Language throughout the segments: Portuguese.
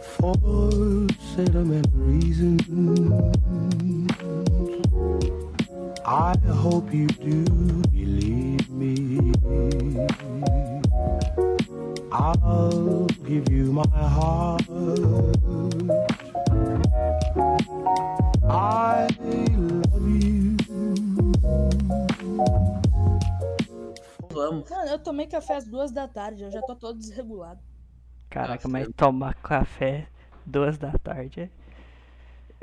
for sentimental reasons. I hope you do believe me. I'll give you my heart. I love you. Vamos. Mano, eu tomei café às duas da tarde, eu já tô todo desregulado. Caraca, Nossa, mas eu- tomar café duas da tarde é.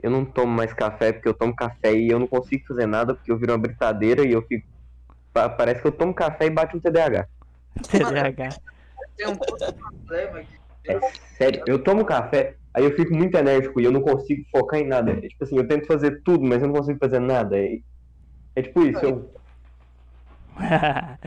Eu não tomo mais café porque eu tomo café e eu não consigo fazer nada porque eu viro uma britadeira e eu fico. pa- Parece que eu tomo café e bate um TDAH. TDAH. Tem um problema que Sério, eu tomo café, aí eu fico muito enérgico e eu não consigo focar em nada. É tipo assim, eu tento fazer tudo, mas eu não consigo fazer nada. É, é tipo isso, eu Ah.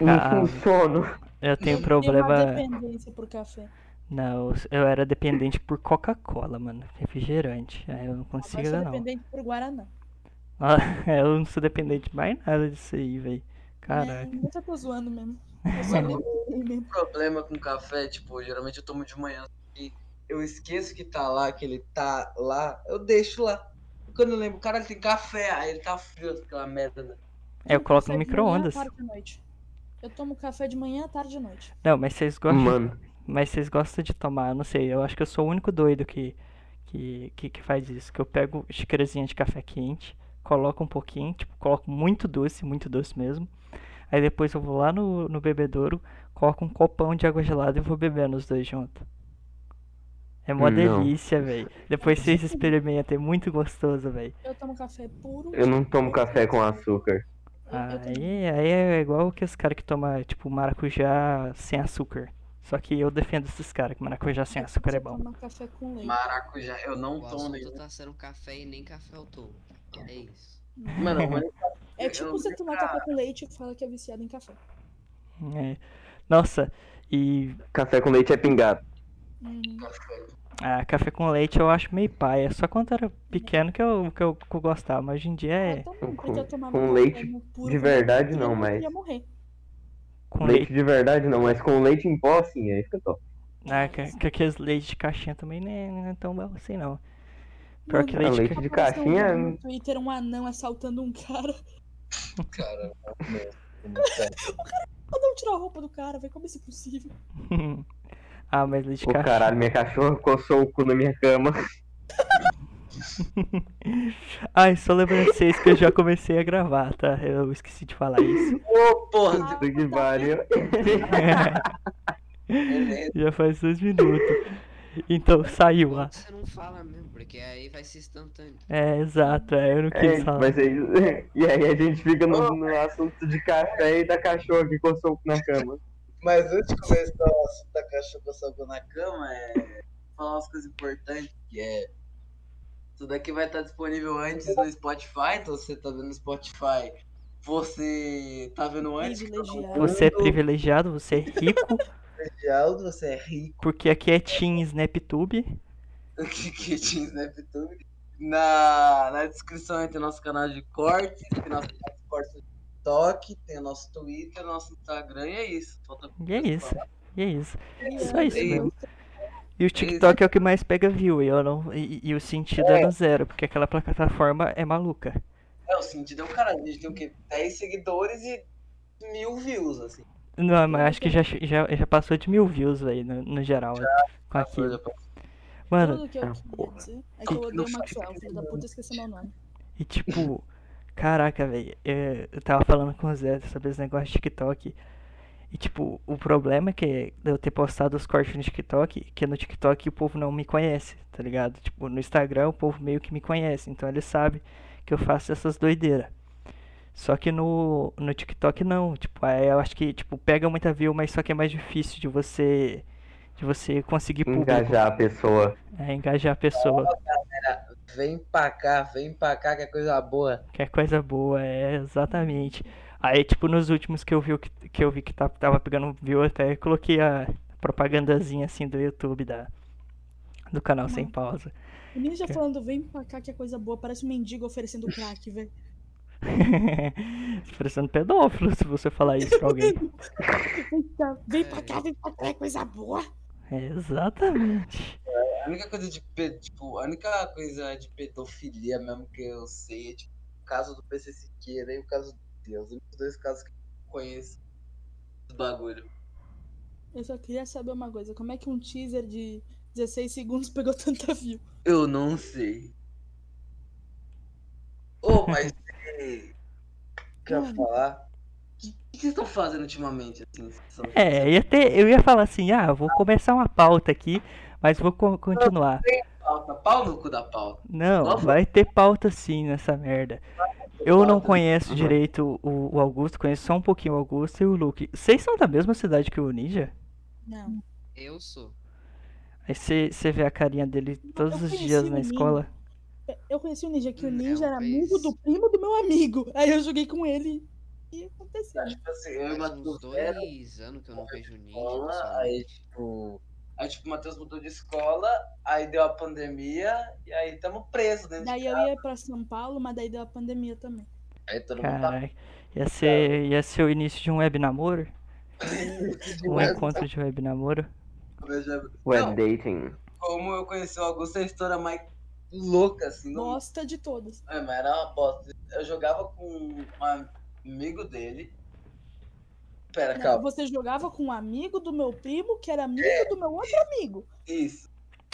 Uhum. não funciono. Tá, eu Tem tenho uma problema. é dependência por café. Não, eu era dependente por Coca-Cola, mano. Refrigerante. Aí eu não Agora eu consigo, sou não. dependente por Guaraná. Ah, Eu não sou dependente de mais nada disso aí, velho. Caraca. É, eu tô zoando mesmo. Eu sou Mano. dependente mesmo. problema com café, tipo, geralmente eu tomo de manhã e eu esqueço que tá lá, que ele tá lá, eu deixo lá. E Quando eu lembro, cara, tem café, aí ele tá frio, aquela merda. Né? Aí É, eu coloco Café no de manhã, micro-ondas. tarde e noite. Eu tomo café de manhã, tarde e noite. Não, mas vocês gostam. Mano, Mas vocês gostam de tomar, eu não sei, eu acho que eu sou o único doido que, que, que, que faz isso. Que eu pego xícarazinha de café quente, coloco um pouquinho, tipo, coloco muito doce, muito doce mesmo. Aí depois eu vou lá no, no bebedouro, coloco um copão de água gelada e vou bebendo os dois juntos. É mó Não. delícia, velho. Depois vocês experimentam, é muito gostoso, velho. Eu tomo café puro. eu não tomo café com açúcar. eu- eu tomo- Aí, aí é igual que os caras que tomam, tipo, maracujá sem açúcar. Só que eu defendo esses caras, que maracujá sem açúcar é eu bom. tomo café com leite. Maracujá, eu não O tomo nem. assunto tá sendo café e nem café eu tomo. É isso. Mano, mas É tipo eu- você tomar cara. café com leite e fala que é viciado em café. É. Nossa, e Café com leite é pingado. Uhum. café. ah, café com leite eu acho meio paia. Só quando era pequeno que eu, que eu, que eu gostava, mas hoje em dia Eu é também, Com- porque eu tomava com café leite no puro de quando eu era verdade, pequena, não, eu mas- ia morrer. com leite leite. de verdade não, mas com leite em pó, sim, é isso que eu tomo. Ah, que, que aqueles leite de caixinha também não é, não é tão bom assim não. Pior que Mano, leite de leite de apareceu um caixinha- vídeo No Twitter, um anão assaltando um cara. Cara, é Cada um tirou a roupa do cara, velho. Como isso é possível? ah, mas leite de Ô caixinha. caralho, minha cachorra coçou o cu na minha cama. Ai, só lembrando vocês que eu já comecei a gravar, tá? Eu esqueci de falar isso. ô porra, Ah, Puta que tá. pariu. beleza. já faz dois minutos. Então saiu lá. Você não fala mesmo, porque aí vai ser instantâneo. É, exato, é, eu não quis É, falar. mas é isso. E aí a gente fica no, no assunto de café e da cachorra que coçou o cu na cama. Mas antes de começar o assunto da cachorra que eu salgo na cama, é falar umas coisas importantes, que é. Isso daqui vai estar disponível antes no Spotify, então se você tá vendo no Spotify, você tá vendo antes. que tá Privilegiado. Você é rolando. privilegiado, você é rico, de áudio, você é rico porque aqui é Team SnapTube. que que tinha SnapTube. Na, na descrição aí tem nosso canal de cortes, tem nosso canal de cortes do TikTok, tem o nosso Twitter, nosso Instagram, e é isso. Falta E é isso. E é isso. Só isso Isso. mesmo. E o TikTok é o que mais pega view, e, eu não, e, e o sentido é no zero, porque aquela plataforma é maluca. É, o sentido é o cara, a gente tem o quê? 10 seguidores e mil views, assim. Não, mas acho que já, já, já passou de mil views aí, no, no geral, com aquilo. Mano, Tudo que eu queria dizer é que eu odeio o Maxwell, filho da puta, esqueci meu nome. E tipo, caraca, velho, é, eu, eu tava falando com o Zé sobre esse negócio de TikTok. E tipo, o problema é que eu ter postado os cortes no TikTok, que no TikTok o povo não me conhece, tá ligado? Tipo, no Instagram o povo meio que me conhece, então ele sabe que eu faço essas doideiras. Só que no, no TikTok não, tipo, aí eu acho que tipo, pega muita view, mas só que é mais difícil de você de você conseguir público, Engajar a pessoa. é, engajar a pessoa. Vem pra cá, vem pra cá, que é coisa boa. Que é coisa boa, é, exatamente. Aí, tipo, nos últimos que eu vi o que, que eu vi que tá- tava pegando view, até coloquei a propagandazinha assim do YouTube da, do canal Sem Pausa. O Ninja Que- falando, vem pra cá que é coisa boa, parece um mendigo oferecendo crack, velho. Expressando pedófilo se você falar isso pra alguém. é Eita, Vem pra cá, vem pra cá, é coisa boa. Exatamente. A única coisa de pe- tipo, a única coisa de pedofilia mesmo que eu sei é tipo, o caso do PC Siqueira e o caso do Deus. Os dois casos que eu conheço do bagulho. Eu só queria saber uma coisa. Como é que um teaser de 16 segundos pegou tanta view? Eu não sei. Ô, mas ei, quer Mano. falar? O que, que vocês estão fazendo ultimamente assim? vocês são- É, ia ter, eu ia falar assim, ah, vou começar uma pauta aqui, mas vou co- continuar. Pauta, pau no cu da pauta. Não, Nossa. vai ter pauta sim nessa merda. Eu não Pauta. conheço Aham. direito o, o Augusto, conheço só um pouquinho o Augusto e o Luke. Vocês são da mesma cidade que o Ninja? Não. Eu sou. Aí você vê a carinha dele todos os conheci dias o na Ninja. escola. Eu conheci o Ninja, que o Hum, Ninja era é, mas- amigo do primo do meu amigo. Aí eu joguei com ele e aconteceu. Tipo assim, eu e Faz o uns Matheus era, dois anos que eu não vejo o Ninja. Olá, pessoalmente. tipo. Aí tipo, o Matheus mudou de escola, aí deu a pandemia, e aí tamo preso né? dentro de Daí eu ia pra São Paulo, mas daí deu a pandemia também. Aí todo mundo tá Caraca, ia ser, ia ser o início de um web namoro? Um Web- encontro de web namoro? tá preso. Web Não, dating. como eu conheci o Augusto, é a história mais louca, assim. Não... Bosta de todas. É, mas era uma bosta. Eu jogava com um amigo dele. Pera, Não, calma. Você jogava com um amigo do meu primo, que era amigo do meu outro amigo. Isso.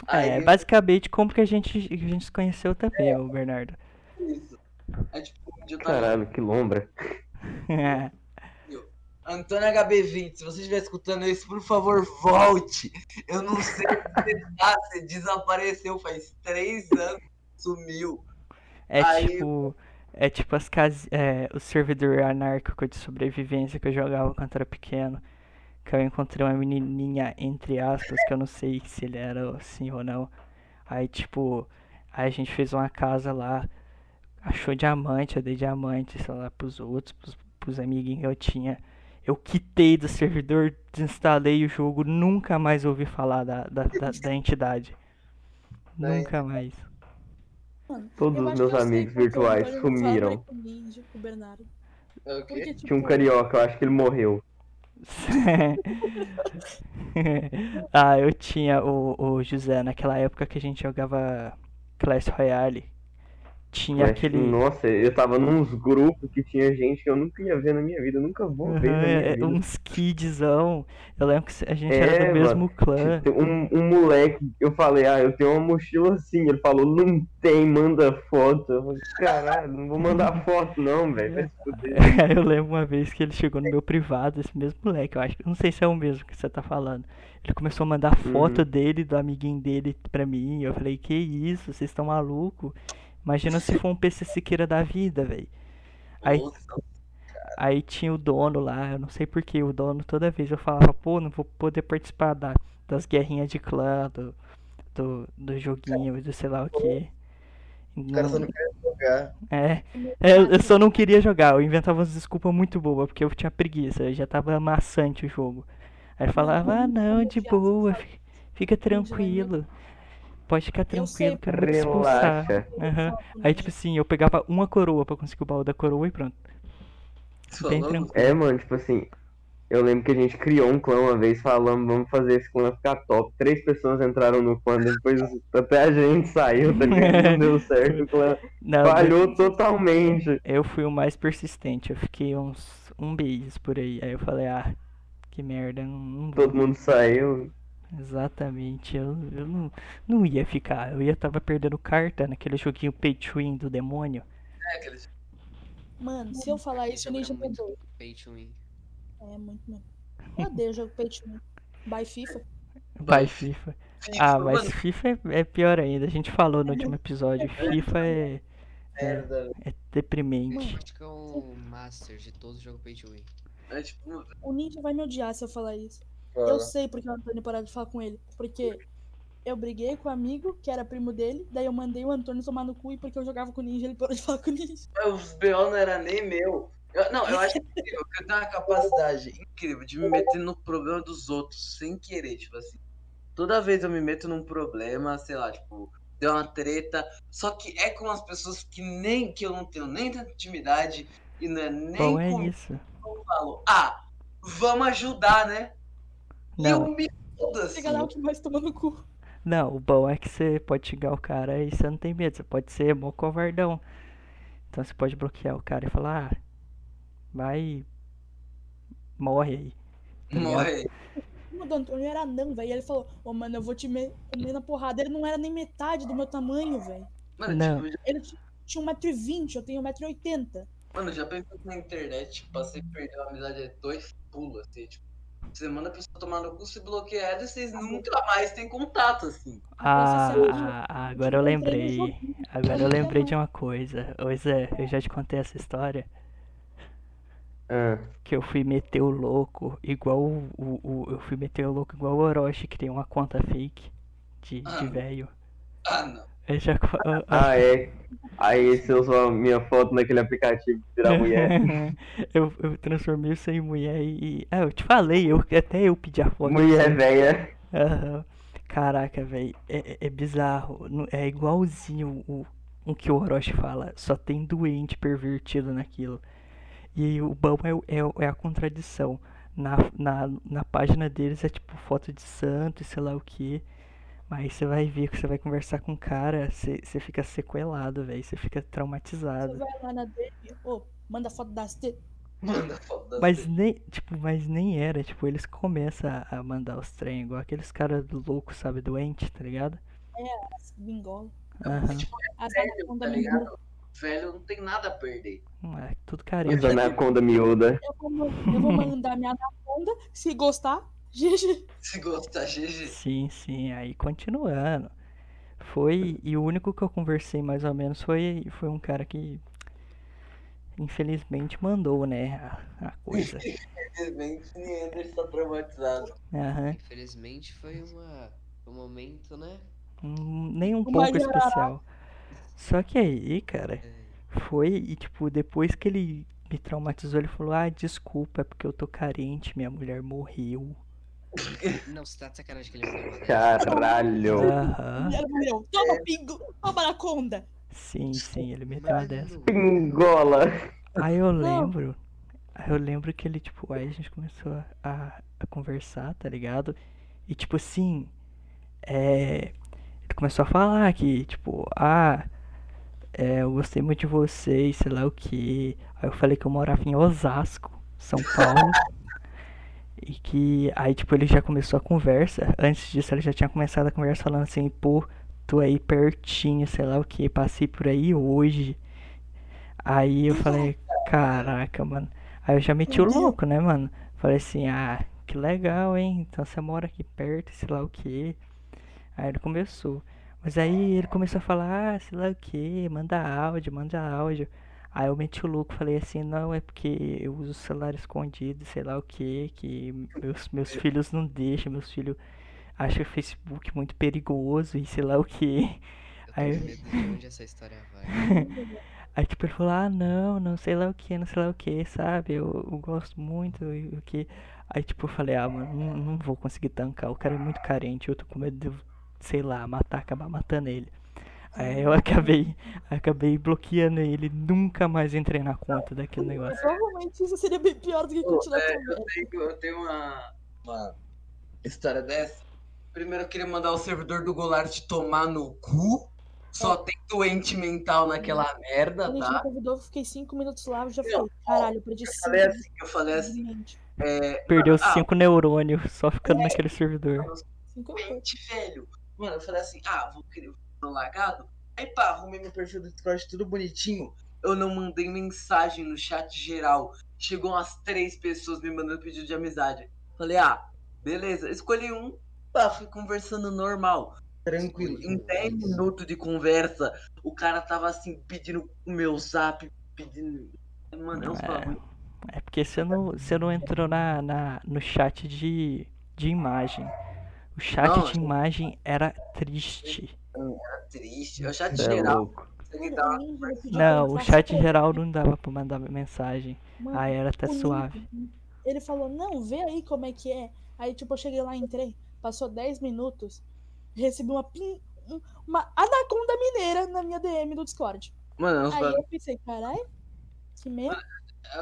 Aí, É, basicamente como que a gente, a gente se conheceu também, o Bernardo. isso. Aí, tipo, um dia eu tava Caralho, que lombra. Antônio HB20, se você estiver escutando isso, por favor, volte. Eu não sei o que você tá, você desapareceu faz três anos, sumiu. É Aí- tipo. É tipo as cas... é, o servidor anárquico de sobrevivência que eu jogava quando era pequeno. Que eu encontrei uma menininha, entre aspas, que eu não sei se ele era assim ou não. Aí, tipo, aí a gente fez uma casa lá, achou diamante, eu dei diamante, sei lá, pros outros, pros, pros amiguinhos que eu tinha. Eu quitei do servidor, desinstalei o jogo, nunca mais ouvi falar da, da, da, da entidade. Da Nunca mais. Todos Eu acho os Um meus que eu sei qual que amigos é o virtuais Antônio sumiram. Fabre, o Ninja, o Bernardo. É o quê? Porque, Tinha um tipo, carioca, eu acho que ele morreu. ah, eu tinha o, o José naquela época que a gente jogava Clash Royale. Tinha Mas, aquele. Nossa, eu tava nos grupos que tinha gente que eu nunca ia ver na minha vida, eu nunca vou ver na Aham, minha é- vida. uns kidzão. Eu lembro que a gente É, era do mesmo mano. clã. Tem Um, um moleque, eu falei, ah, eu tenho uma mochila assim. Ele falou, não tem, manda foto. Eu falei, caralho, não vou mandar foto, não, velho. Vai se fuder. eu lembro uma vez que ele chegou no meu privado, esse mesmo moleque, eu acho. que- Não sei se é o mesmo que você tá falando. Ele começou a mandar foto Uhum. dele, do amiguinho dele pra mim. Eu falei, que isso, vocês estão maluco? Imagina se for um PC Siqueira da vida, velho. Aí Nossa, Aí tinha o dono lá, eu não sei porquê, o dono toda vez eu falava, pô, não vou poder participar da, das guerrinhas de clã, do, do, do joguinho, do sei lá o quê. o cara só Não, não quer jogar. é, é, eu só não queria jogar, eu inventava umas desculpas muito boas, porque eu tinha preguiça, já tava maçante o jogo. Aí eu falava, ah não, de boa, fi- fica tranquilo. Pode ficar Eu sei tranquilo que eu não vou te expulsar. Relaxa. Aham. Aí tipo assim, eu pegava uma coroa pra conseguir o baú da coroa e pronto. Você Bem falou? tranquilo. É, mano, tipo assim. Eu lembro que a gente criou um clã uma vez, falando, vamos fazer esse clã ficar top. Três pessoas entraram no clã, depois até a gente saiu, tá ligado? Não deu certo, o clã Não, falhou totalmente. Eu fui o mais persistente, eu fiquei uns um mês por aí. Aí eu falei, ah, que merda, não, não vou. Todo mundo saiu. Exatamente, eu, eu não, não ia ficar. Eu ia tava perdendo carta naquele joguinho pay to win do demônio. É, aquele tipo, Mano, se eu falar isso, ele Ninja já é muito perdoa. pay to win. É, muito mesmo. Eu odeio jogo pay to win. By FIFA. Vai, FIFA. Ah, mas FIFA é, é pior ainda. A gente falou no último episódio. FIFA é, merda. é deprimente. Eu acho que é o master de todos os jogos pay to win. É tipo, O Ninja vai me odiar se eu falar isso. Eu mano, sei porque o Antônio parou de falar com ele. Porque eu briguei com o amigo, que era primo dele, daí eu mandei o Antônio tomar no cu e porque eu jogava com o Ninja, ele parou de falar com o Ninja. os BO não era nem meu. Eu- não, eu acho incrível, que eu tenho uma capacidade incrível de me meter no problema dos outros sem querer, tipo assim. Toda vez eu me meto num problema, sei lá, tipo, deu uma treta, só que é com as pessoas que nem que eu não tenho nem tanta intimidade e não é nem Bom, é comigo isso. que eu falo, ah, vamos ajudar, né? E eu Não, me assim. Foda-se. Esse canal "Ah, que mais toma no cu. Não, o bom é que você pode xingar o cara e você não tem medo. Você pode ser mó covardão. Então você pode bloquear o cara e falar, ah, vai e morre aí. Morre. O do Antônio era anão, velho. E ele falou, ô, mano, eu vou te me- comer na porrada. Ele não era nem metade do meu tamanho, velho. Mano, Não. tipo, já- Ele ti- tinha 1,20m, eu tenho 1,80m. mano, já pensou que na internet, tipo, você perdeu a amizade é dois pulos, assim, tipo, você manda a pessoa tomar no cu, se bloqueia ela e vocês nunca mais têm contato, assim. Ah, você sabe, ah, ah, um agora eu lembrei. Agora eu lembrei de uma coisa. Ô Zé, eu já te contei essa história. Ah, Que eu fui meter o louco igual o, o- o- Eu fui meter o louco igual o Orochi, criei uma conta fake de, de Ah. velho. Ah, não. Eu já. co- ah, ah, é. Aí você usou a minha foto naquele aplicativo de virar é mulher. eu, eu transformei isso em mulher e. Ah, eu te falei, eu, até eu pedi a foto. mulher velha. Aham. Caraca, velho, é, é- é bizarro. Não- É igualzinho o, o que o Orochi fala. Só tem doente pervertido naquilo. E o bom é, o- é, o- é a contradição. Na, na, na página deles é tipo foto de santo e sei lá o que. Mas você vai ver que você vai conversar com o cara, você você fica sequelado, velho. Você fica Você traumatizado. vai lá na dele, ô, manda foto das tetas. Manda foto das Mas nem, tipo, mas nem era. Tipo, eles começam a- a mandar os trem igual aqueles caras loucos, sabe? Doente, tá ligado? As bingola. Aham. As Sério, anaconda tá minguda. ligado? Velho, não tem nada a perder. Hum, É tudo careta. Usando anaconda miúda. Eu vou, man- eu vou mandar minha anaconda, se gostar, GG. Se gostar, GG. Sim, sim. Aí continuando. Foi. E o único que eu conversei mais ou menos foi, foi um cara que. Infelizmente mandou, né? A, a coisa. Infelizmente, o Anderson tá traumatizado. Aham. Infelizmente foi uma, um momento, né? Hum, Nem um Uma pouco jararaca. especial. Só que aí, cara, foi e tipo, depois que ele me traumatizou, ele falou: Ah, desculpa, é porque eu tô carente, minha mulher morreu. Não, você tá de sacanagem que ele mandou uma dessa. Caralho. Aham. Ela morreu. Toma pingo, toma anaconda. Sim, sim, ele me deu uma Ah, dessa. Mano, Pingola. Aí eu Não. lembro. Aí eu lembro que ele, tipo, aí a gente começou a, a- a conversar, tá ligado? E tipo assim, é, ele começou a falar que, tipo, ah, é, eu gostei muito de vocês, sei lá o que. Aí eu falei que eu morava em Osasco, São Paulo. E que aí, tipo, ele já começou a conversa. Antes disso, ele já tinha começado a conversa falando assim, pô, tô aí pertinho, sei lá o que, passei por aí hoje. Aí eu falei, caraca, mano. Aí eu já meti o louco, né, mano? Falei assim, ah, que legal, hein? Então você mora aqui perto, sei lá o que. Aí ele começou. Mas aí ele começou a falar, ah, sei lá o que, manda áudio, manda áudio. Aí eu meti o louco, falei assim, não, é porque eu uso o celular escondido, sei lá o que, que meus, meus filhos não deixam, meus filhos acham o Facebook muito perigoso e sei lá o que. eu tô Aí- com medo de onde essa história vai. Aí tipo, ele falou, ah não, não sei lá o que, não sei lá o que, sabe? Eu, eu gosto muito e o que. Aí tipo, eu falei, ah, mano, não, não vou conseguir tancar, o cara é muito carente, eu tô com medo de, eu, sei lá, matar, acabar matando ele. Aí eu acabei, acabei bloqueando ele, nunca mais entrei na conta daquele negócio. Provavelmente isso seria bem pior do que continuar É, com eu tenho, eu tenho uma, uma história dessa. Primeiro eu queria mandar o servidor do Golart tomar no cu. Só tem doente mental naquela merda, Quando a gente me tá? convidou, eu fiquei cinco minutos lá, eu já Não, falei, caralho, eu perdi cinco falei assim, eu falei assim, Gente, é, Perdeu cinco neurônios só ficando Né? naquele servidor. cinco minutos. doente, velho. Mano, eu falei assim, ah, vou querer um lagado. Aí pá, arrumei meu perfil do Discord tudo bonitinho. Eu não mandei mensagem no chat geral. Chegou umas três pessoas me mandando pedido de amizade. Falei, ah, beleza, escolhi um. Pá, fui conversando normal. Tranquilo, em 10 minutos de conversa, o cara tava assim, pedindo o meu zap, pedindo. Mano, é uns É. bagulho. Ah. É porque você não, você não entrou na, na, no chat de, de imagem. O chat Não, assim de imagem era triste. triste. Eu já Cê É geral, louco. você me dá uma Eu pedi pra ele Não, o falar, assim, chat em "Pô, geral não dava pra mandar mensagem. Ah, mano, Aí era até o Nico, suave. Ele falou, não, vê aí como é que é. Aí, tipo, eu cheguei lá, entrei, passou 10 minutos, recebi uma, pin- um- uma anaconda mineira na minha DM do Discord. Mano, é uns Aí bagulho. eu pensei, caralho, que merda,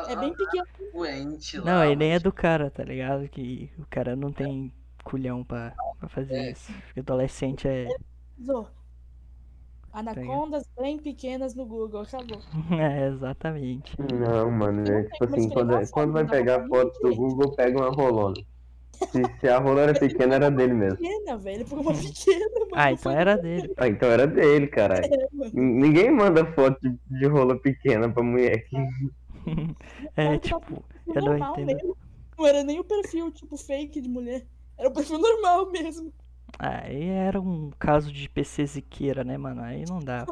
é bem pequeno. doente lá. Não, ele nem é mano. do cara, tá ligado? Que o cara não tem culhão pra, pra fazer É. isso. Porque adolescente é. Zo. Anacondas bem pequenas no Google, acabou. é, exatamente. Não, mano, Eu não é sei tipo como assim, escrever quando, essa, quando vai não dá pra pegar mim foto do direito. Google, pega uma rolona. Se, se a rola era pequena, era dele mesmo. Pequena, velho. Ele pegou uma pequena, mano. Ah, não então foi- era dele. Ah, então era dele, caralho. É, mano. N- Ninguém manda foto de, de rola pequena pra mulher. que- É, Cara, que tá tipo, Foi eu não normal entendo. mesmo. Não era nem o perfil, tipo, fake de mulher. Era o perfil normal mesmo. Aí era um caso de PC Ziqueira, né, mano? Aí não dá.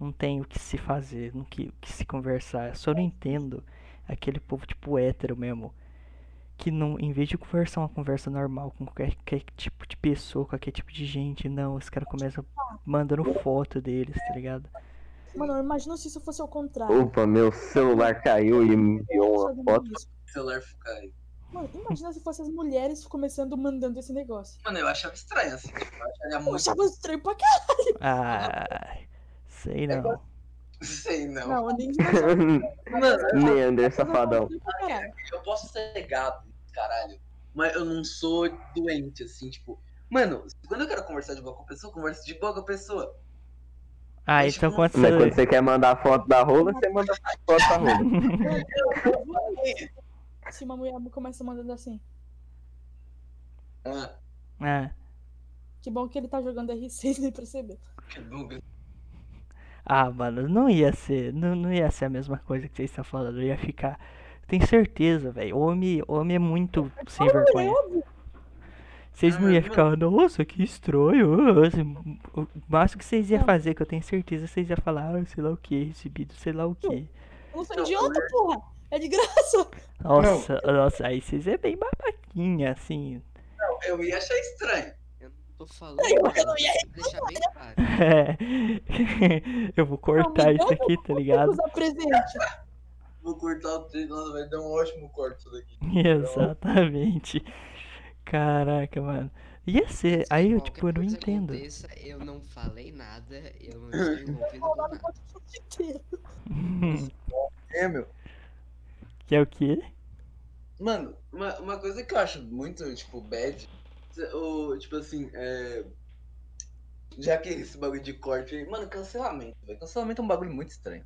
Não tem o que se fazer, não que, o que se conversar. Eu só não entendo aquele povo tipo hétero mesmo. Que não, em vez de conversar uma conversa normal com qualquer, qualquer tipo de pessoa, qualquer tipo de gente, não, os caras começam mandando foto deles, tá ligado? Mano, eu imagino se isso fosse ao contrário. Opa, meu celular caiu e me enviou uma Fazendo foto. isso. O celular fica aí. Mano, imagina se fossem as mulheres começando mandando esse negócio. Mano, eu achava estranho, assim. Tipo, eu acharia Eu muito. achava estranho pra caralho. Ah, sei não. Sei, não. Não, eu nem imaginava. Mano, Neander, Eu achava safadão. estranho pra caralho. eu posso ser gado, caralho. Mas eu não sou doente, assim, tipo. Mano, quando eu quero conversar de boa com a pessoa, eu converso de boa com a pessoa. Ah, Mas então como- quando Mas quando você. você quer mandar foto da rola, você manda foto da rola. Se uma mulher começa mandando assim. Ah, Ah, Que bom que ele tá jogando R6 nem percebeu. que bug. ah, mano, não ia ser. Não, não ia ser a mesma coisa que vocês estão falando. Ia ficar. Tenho certeza, velho. Homem, homem é muito sem é né? vergonha. Vocês não É, iam ficar, nossa, que estranho. ah, esse- O máximo que vocês iam Não. fazer, que eu tenho certeza, vocês iam falar, ah, sei lá o que, recebido, sei lá o que. Eu não sou idiota, porra. É de graça. Nossa, nossa, aí vocês é bem babaquinha, assim. Eu ia achar estranho. Eu não tô falando. Eu nada, não ia só pra deixar bem claro. eu vou cortar isso engano, aqui, tá Tem que ligado? usar presente. Vou cortar o treino, nossa, vai dar um ótimo corte isso daqui. Exatamente. Caraca, mano. Ia ser. Aí eu, Qualquer tipo, eu não coisa entendo. Aconteça, eu não falei nada, eu não estou envolvido com Falar no nada. podcast inteiro. É, meu. que é o quê? Mano, uma, uma coisa que eu acho muito, tipo, bad, ou, tipo assim, é. Já que esse bagulho de corte aí. Mano, cancelamento, velho. Cancelamento é um bagulho muito estranho.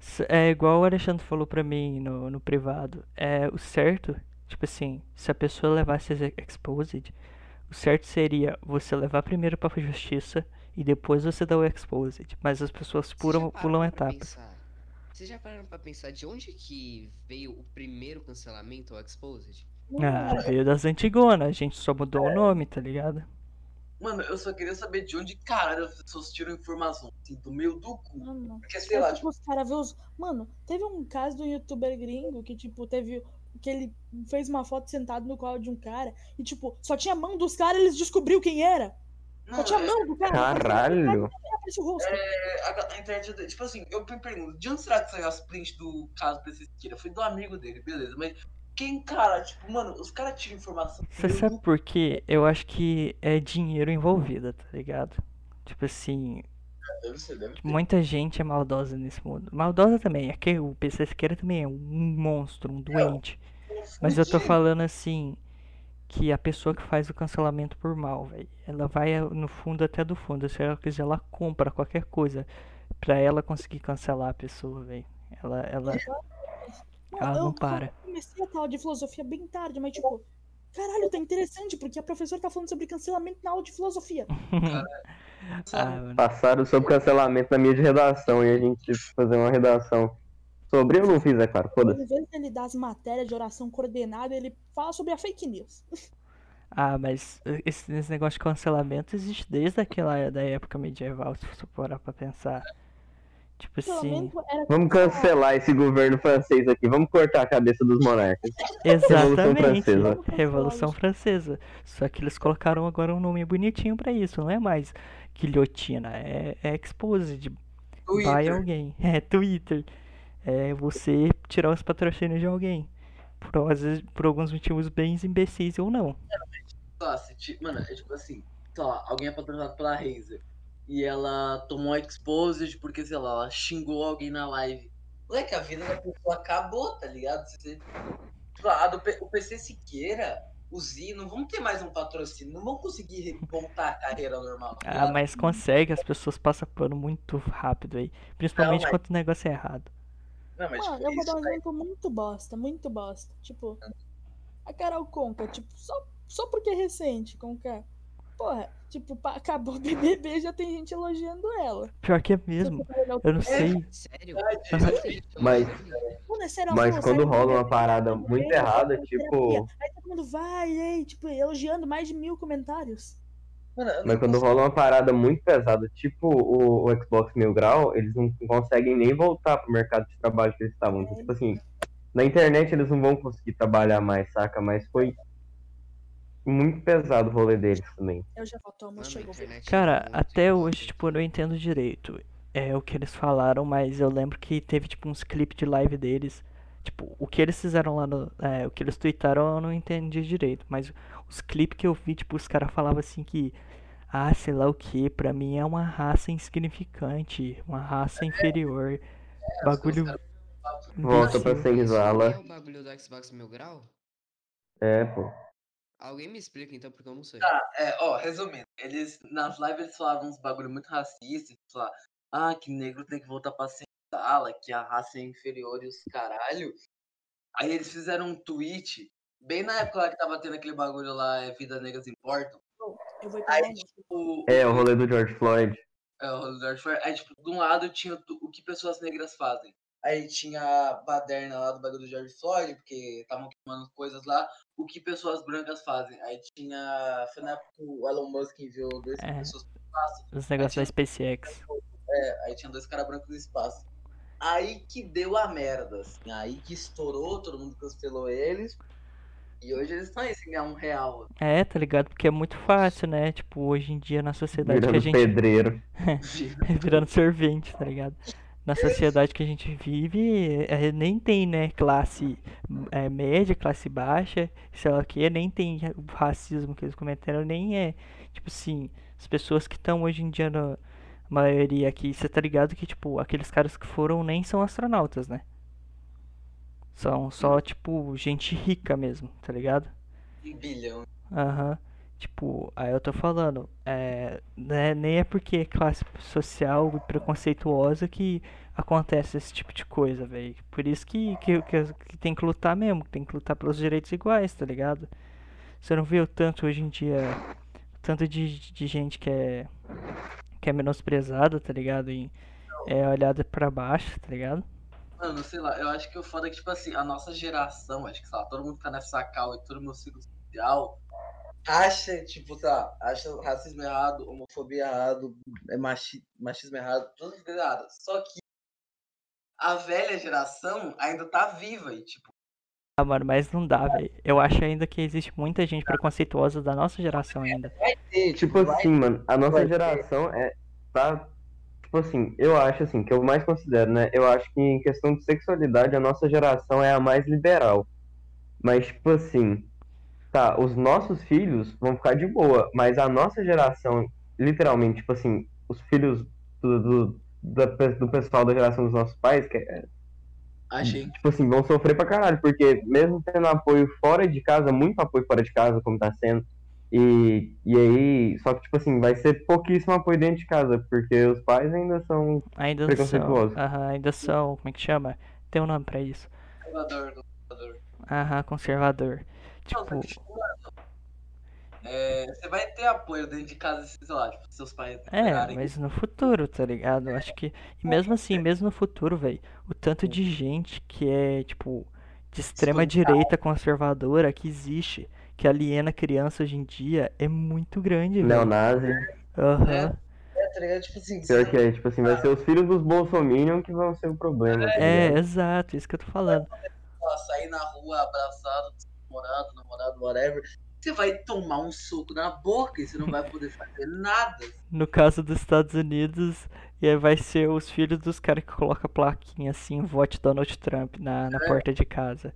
S- É igual o Alexandre falou pra mim no, no privado. É o certo, tipo assim, se a pessoa levasse as ex- exposed, o certo seria você levar primeiro pra justiça e depois você dá o exposed. Mas as pessoas Vocês já pulam, pulam pararam pra etapas. pensar- Vocês já pararam pra pensar de onde que veio o primeiro cancelamento ao Exposed? Ah, veio das antigonas, a gente só mudou o nome, tá ligado? Mano, eu só queria saber de onde caralho as pessoas tiram informação, assim, do meio do cu. Não, não. Porque, sei Aí, lá, tipo, tipo, os caras vê os. Mano, teve um caso do youtuber gringo que, tipo, teve. Que ele fez uma foto sentado no colo de um cara e, tipo, só tinha a mão dos caras eles descobriu quem era. Só não, tinha a é, mão do cara. Caralho. Não aparece o rosto. é, a, a internet, tipo assim, eu me pergunto, de onde será que saiu as prints do caso desse tira? Foi do amigo dele, beleza, mas quem, cara, tipo, mano, os caras tiram informação. do Você meio sabe do cu. por quê? Eu acho que é dinheiro envolvido, tá ligado? Tipo assim, Deve ser, deve ter. Muita gente é maldosa nesse mundo. Maldosa também, é que o PC Siqueira também é um monstro, um doente. Mas eu tô falando assim, que a pessoa que faz o cancelamento por mal, velho, ela vai eh, no fundo até do fundo. Se ela quiser, ela compra qualquer coisa pra ela conseguir cancelar a pessoa, velho. Ela, ela, Mano, ela eu- não para. comecei a aula de filosofia bem tarde, mas tipo, caralho, tá interessante, porque a professora tá falando sobre cancelamento na aula de filosofia. Ah, mano. Passaram sobre cancelamento na minha de redação e a gente teve que fazer uma redação sobre. Eu não fiz, é claro, foda-se. Em vez de ele dar as matérias de oração coordenada, ele fala sobre a fake news. Ah, mas eh, esse, esse negócio de cancelamento existe desde aquela da época medieval, se você parar pra pensar. Tipo assim, Cancelamento era Vamos cancelar esse governo francês aqui. Vamos cortar a cabeça dos monarcas. exatamente. Francesa. Vamos cancelar Revolução isso. Francesa. Só que eles colocaram agora um nome bonitinho pra isso, não é mais guilhotina, é, é exposed by Twitter. alguém. É Twitter. É você tirar os patrocínios de alguém. Por, às vezes, por alguns motivos bem imbecis ou não. Tá, se ti- Mano, é tipo assim, tá, alguém é patrocinado pela Razer e ela tomou exposed porque, sei lá, ela xingou alguém na live. Moleque, a vida da pessoa acabou, tá ligado? Se você- Sei lá, a do P- O PC Siqueira os I não vão ter mais um patrocínio, não vão conseguir voltar à carreira normal. tá Ah, ligado? mas consegue, as pessoas passam pano muito rápido aí. Principalmente mas- quando o negócio é errado. Não, É mas Mano, tipo, eu vou dar isso, um daí- exemplo muito bosta, muito bosta. Tipo, Hum. a Carol Conca, tipo, só, só porque é recente, Conca. Porra, tipo, pa- acabou o BBB já tem gente elogiando ela. Tipo, Pior que é Se mesmo. você for olhar o- Eu não sei. Sério? Verdade. Mas- Mano, é sério, Mas amor, quando sabe? rola uma parada Tudo muito bem, errada, terapia. tipo. Aí todo mundo vai, ei, tipo, elogiando mais de mil comentários. Mano, eu não Mas quando consigo- rola uma parada muito pesada, tipo o, o Xbox Mil Grau, eles não conseguem nem voltar pro mercado de trabalho que eles estavam. Então, tipo É. assim, na internet eles não vão conseguir trabalhar mais, saca? Mas foi muito pesado o rolê deles também. Eu já volto, almoço chegou. é Cara, até assim. hoje, tipo, eu não entendo direito é, o que eles falaram, mas eu lembro que teve, tipo, uns clipes de live deles. Tipo, o que eles fizeram lá no. é, o que eles tweetaram eu não entendi direito. Mas os clipes que eu vi, tipo, os caras falavam assim que. Ah, sei lá o que, pra mim é uma raça insignificante, uma raça inferior. Bagulho. Volta pra imbecil. sem É vala. o bagulho do Xbox Mil Grau? É, pô. Alguém me explica então, porque eu não sei. Tá, É, ó, resumindo, eles nas lives eles falavam uns bagulho muito racista, tipo, lá, ah, que negro tem que voltar pra senzala, que a raça é inferior e os caralho. Aí eles fizeram um tweet, bem na época lá que tava tendo aquele bagulho lá, é Vida Negras Importam. Eu vou ir pra Aí, lá, almoço. tipo, É, o rolê do George Floyd. é, o Lord Ford. Aí, tipo, de um lado tinha tu- o que pessoas negras fazem. Aí tinha a baderna lá do bagulho do George Floyd, porque estavam queimando coisas lá. O que pessoas brancas fazem. Aí tinha. Foi na época que o Elon Musk enviou duas É. pessoas pro espaço. Os negócios da SpaceX. É, aí tinha dois caras brancos no espaço. Aí que deu a merda, assim. Aí que estourou, todo mundo cancelou eles. E hoje eles estão aí sem ganhar um real. É, tá ligado? Porque é muito fácil, né? Tipo, hoje em dia na sociedade que Virando a gente pedreiro. assim, É. virando sorvete, tá ligado? Na sociedade que a gente vive, é, nem tem, né, classe é, média, classe baixa, sei lá o que, nem tem o racismo que eles comentaram, nem é, tipo assim, as pessoas que estão hoje em dia na maioria aqui, você tá ligado que, tipo, aqueles caras que foram nem são astronautas, né? São só, tipo, gente rica mesmo, tá ligado? Um bilhão. Aham. Tipo, aí eu tô falando, é, né, nem é porque é classe social e preconceituosa que acontece esse tipo de coisa, velho. Por isso que, que, que, que tem que lutar mesmo, que tem que lutar pelos direitos iguais, tá ligado? Você não vê o tanto hoje em dia, o tanto de, de gente que é, que é menosprezada, tá ligado? E é olhada pra baixo, tá ligado? Mano, sei lá, eu acho que o foda é que, tipo assim, a nossa geração, acho que, sei lá, todo mundo que tá nessa cal e todo meu ciclo social acha, tipo, sei lá, acha racismo errado, homofobia errado, é machi- machismo errado, todas as coisas erradas. Só que a velha geração ainda tá viva e, tipo, Ah, mano, mas não dá, velho. Eu acho ainda que existe muita gente preconceituosa da nossa geração ainda. e, Tipo assim, mano, a vai nossa ter. geração é. Tá. Tipo assim, eu acho assim, que eu mais considero, né? Eu acho que em questão de sexualidade, a nossa geração é a mais liberal. Mas, tipo assim, tá, os nossos filhos vão ficar de boa, mas a nossa geração, literalmente, tipo assim, os filhos do, do, da pe- do pessoal da geração dos nossos pais, que é- achei. tipo assim, vão sofrer pra caralho, porque mesmo tendo apoio fora de casa, muito apoio fora de casa, como tá sendo, e, e aí, só que, tipo assim, vai ser pouquíssimo apoio dentro de casa, porque os pais ainda são. Ainda Preconceituoso. são. Aham, ainda são. Como é que chama? Tem um nome pra isso. Salvador, do Salvador. Aham, conservador. Não, Tipo, mas, tipo, mano, é, você vai ter apoio dentro de casa, sei lá, tipo, seus pais é, liberarem. mas no futuro, tá ligado? É. Eu acho que. E mesmo assim, mesmo no futuro, velho, o tanto de gente que é, tipo, de extrema direita conservadora que existe, que aliena criança hoje em dia, é muito grande, velho. Neonazi, Aham. É, tá ligado? Tipo assim, pior que é, tipo assim, vai ser os filhos dos Bolsominion que vão ser o problema. tá É, ligado? exato, isso que eu tô falando. lá, sair na rua abraçado, namorado, namorado, whatever, você vai tomar um soco na boca e você não vai poder fazer nada. No caso dos Estados Unidos, é, vai ser os filhos dos caras que colocam plaquinha assim, vote Donald Trump na, na porta de casa.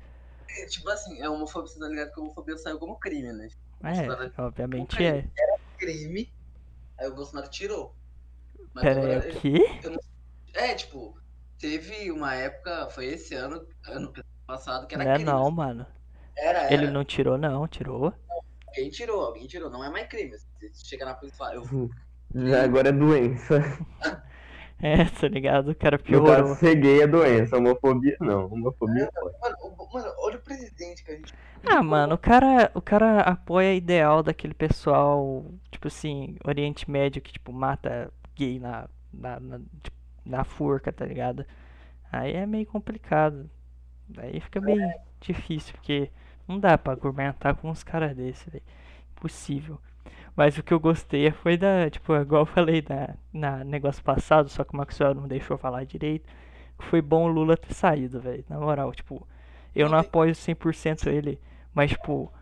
É, tipo assim, é homofobia, você tá ligado que a homofobia saiu como crime, né? Bolsonaro É, obviamente Bolsonaro é. Crime. Aí o Bolsonaro tirou. Mas Pera aí, agora- o quê? é, tipo, teve uma época, foi esse ano, ano passado, que era Não é crime. não, mano. Era, era. Ele não tirou, não, tirou. Alguém tirou, alguém tirou. Não é mais crime. Você chega na polícia e fala, eu Já agora é doença. É, tá ligado? O cara No caso, piorou. ser gay é doença, homofobia não. Homofobia pode. Mano, o- mano, olha o presidente que a gente. Ah, mano, o cara, o cara apoia a ideal daquele pessoal, tipo assim, Oriente Médio que, tipo, mata gay na, na, na, tipo, na forca, tá ligado? Aí é meio complicado. Aí fica meio difícil, porque não dá pra argumentar com uns caras desses, velho. Impossível. Mas o que eu gostei foi da, tipo, igual eu falei na, na negócio passado, só que o Maxwell não deixou eu falar direito. Foi bom o Lula ter saído, velho. Na moral, tipo, eu não apoio 100% ele. Mas, tipo,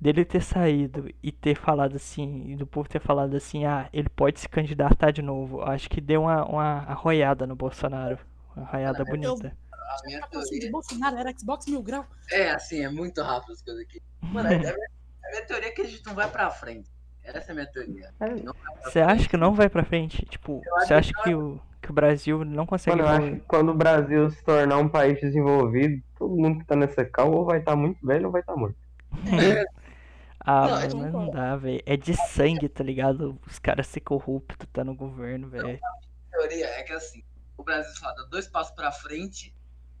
dele ter saído e ter falado assim, e do povo ter falado assim, ah, ele pode se candidatar de novo. Acho que deu uma, uma arroiada no Bolsonaro. Uma arroiada mas eu- bonita. A minha Assim, de teoria. Bolsonaro era Xbox mil grau. É, assim, é muito rápido as coisas aqui. Mano, a minha, a minha teoria é que a gente não vai pra frente. Essa é a minha teoria. Você acha que não vai pra frente? Tipo, acho você acha que o, que o Brasil não consegue Mano, eu acho evoluir? que quando o Brasil se tornar um país desenvolvido, todo mundo que tá nessa cal ou vai estar muito velho ou vai estar morto. Não, eu Ah, mano, mas não concordo. dá, velho. É de sangue, tá ligado? Os caras ser corruptos, tá no governo, velho. A teoria é que assim, o Brasil só dá dois passos pra frente.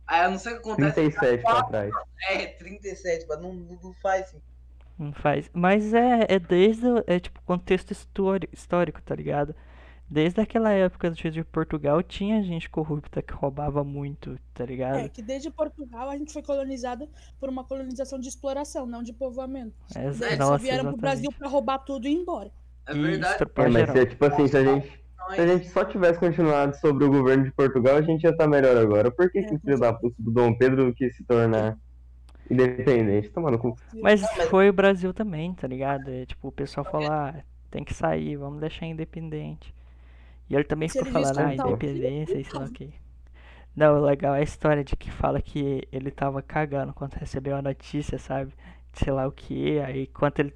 Aí eu não sei o que acontece. 37 pra trás. É, 37, mas não, não não faz sentido. Não faz. Mas é, é desde o é, tipo, contexto históri- histórico, tá ligado? Desde aquela época do Tio de Portugal tinha gente corrupta que roubava muito, tá É, ligado? que desde Portugal a gente foi colonizada por uma colonização de exploração, não de povoamento. É, Eles exa- só nossa, vieram pro Brasil exatamente. pra roubar tudo e ir embora. É E verdade. É, extrapolar mas geral. se, tipo assim, se a, gente, não se a é. gente só tivesse continuado sobre o governo de Portugal, a gente ia estar melhor agora. Por que, que o filho da puta do Dom Pedro quis se tornar independente? Tá Tomando cu. Mas Não, mas- foi o Brasil também, tá ligado? É, tipo, o pessoal falar, "Ah, tem que sair, vamos deixar independente. E ele também Se ficou ele viesse falando, ah, contar o filho, independência e ele sei lá o tava. quê. Não, o legal é a história de que fala que ele tava cagando quando recebeu a notícia, sabe? De sei lá o que, aí quando ele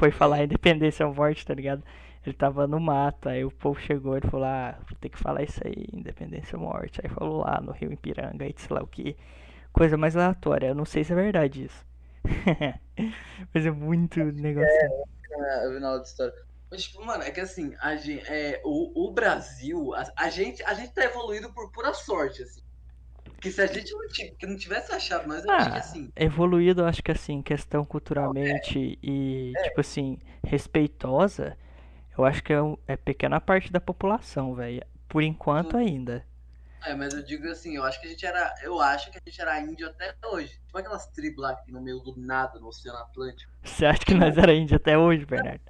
foi falar independência ou morte, tá ligado? Ele tava no mato, aí o povo chegou, ele falou, ah, vou ter que falar isso aí, independência ou morte. Aí falou lá no Rio Ipiranga, aí de sei lá o que. Coisa mais aleatória, eu não sei se é verdade isso. Mas é muito negócio. É, o final da história. Mas, tipo, mano, é que assim, a gente, é, o, o Brasil, a, a gente, a gente tá evoluindo por pura sorte, assim. Porque se a gente não, ti- que não tivesse achado, nós, eu acho que Ah. assim, Evoluído, eu acho que assim, questão culturalmente e, É. tipo assim, respeitosa, eu acho que é, um- é pequena parte da população, velho. Por enquanto ainda. é, mas eu digo assim, eu acho que a gente era, eu acho que a gente era índio até hoje. Tipo aquelas tribos lá que tem no meio do nada, no Oceano Atlântico. Você acha que nós era índio até hoje, Bernardo?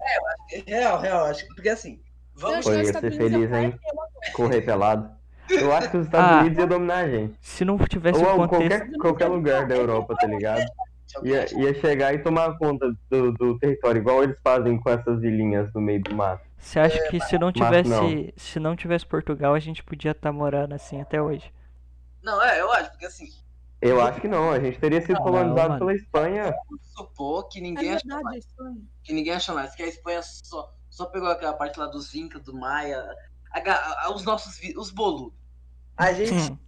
É real, real, acho que, porque assim, Eu vamos... acho que Foi, os ia Estados ser Unidos apoiam feliz, hein? Correr pelado. Eu acho que os Ah. Estados Unidos ia dominar a gente. Se não tivesse o Ou contexto. qualquer, qualquer lugar da Europa, tá ligado? Ia, ia chegar e tomar conta do, do território, igual eles fazem com essas ilhinhas no meio do mato. Você acha que se não mas não. tivesse. Se não tivesse Portugal, a gente podia estar morando assim até hoje. Não, é, eu acho, porque assim, Eu acho que não, a gente teria sido Ah, Não, colonizado mano. pela Espanha. vamos supor que É ninguém achou nada. verdade, é estranho. que ninguém achou mais, que a Espanha só, só pegou aquela parte lá dos Incas, do Maia, a ga- a- os nossos, vi- os boludos. A gente, Hum,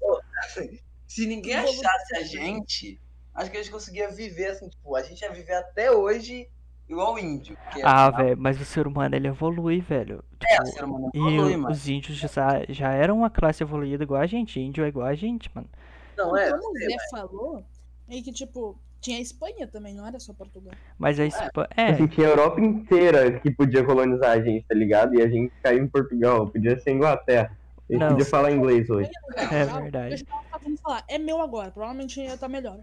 se ninguém Os boludos. achasse a gente, acho que a gente conseguia viver assim, tipo, a gente ia viver até hoje igual o índio. Que é, Ah, velho, mas o ser humano ele evolui, velho. é, o Tipo, ser humano E evolui, o- mano. os índios já, já eram uma classe evoluída igual a gente. Índio é igual a gente, mano. Não, é, Como assim? o sei, Zé falou, é que tipo, tinha a Espanha também, não era só Portugal. Mas a Espanha. É, Assim, tinha a Europa inteira que podia colonizar a gente, tá ligado? E a gente caiu em Portugal, podia ser Inglaterra. A gente Não. podia falar inglês hoje. é Portugal, Eu verdade. já tava tentando falar, é meu agora, provavelmente ia estar melhor.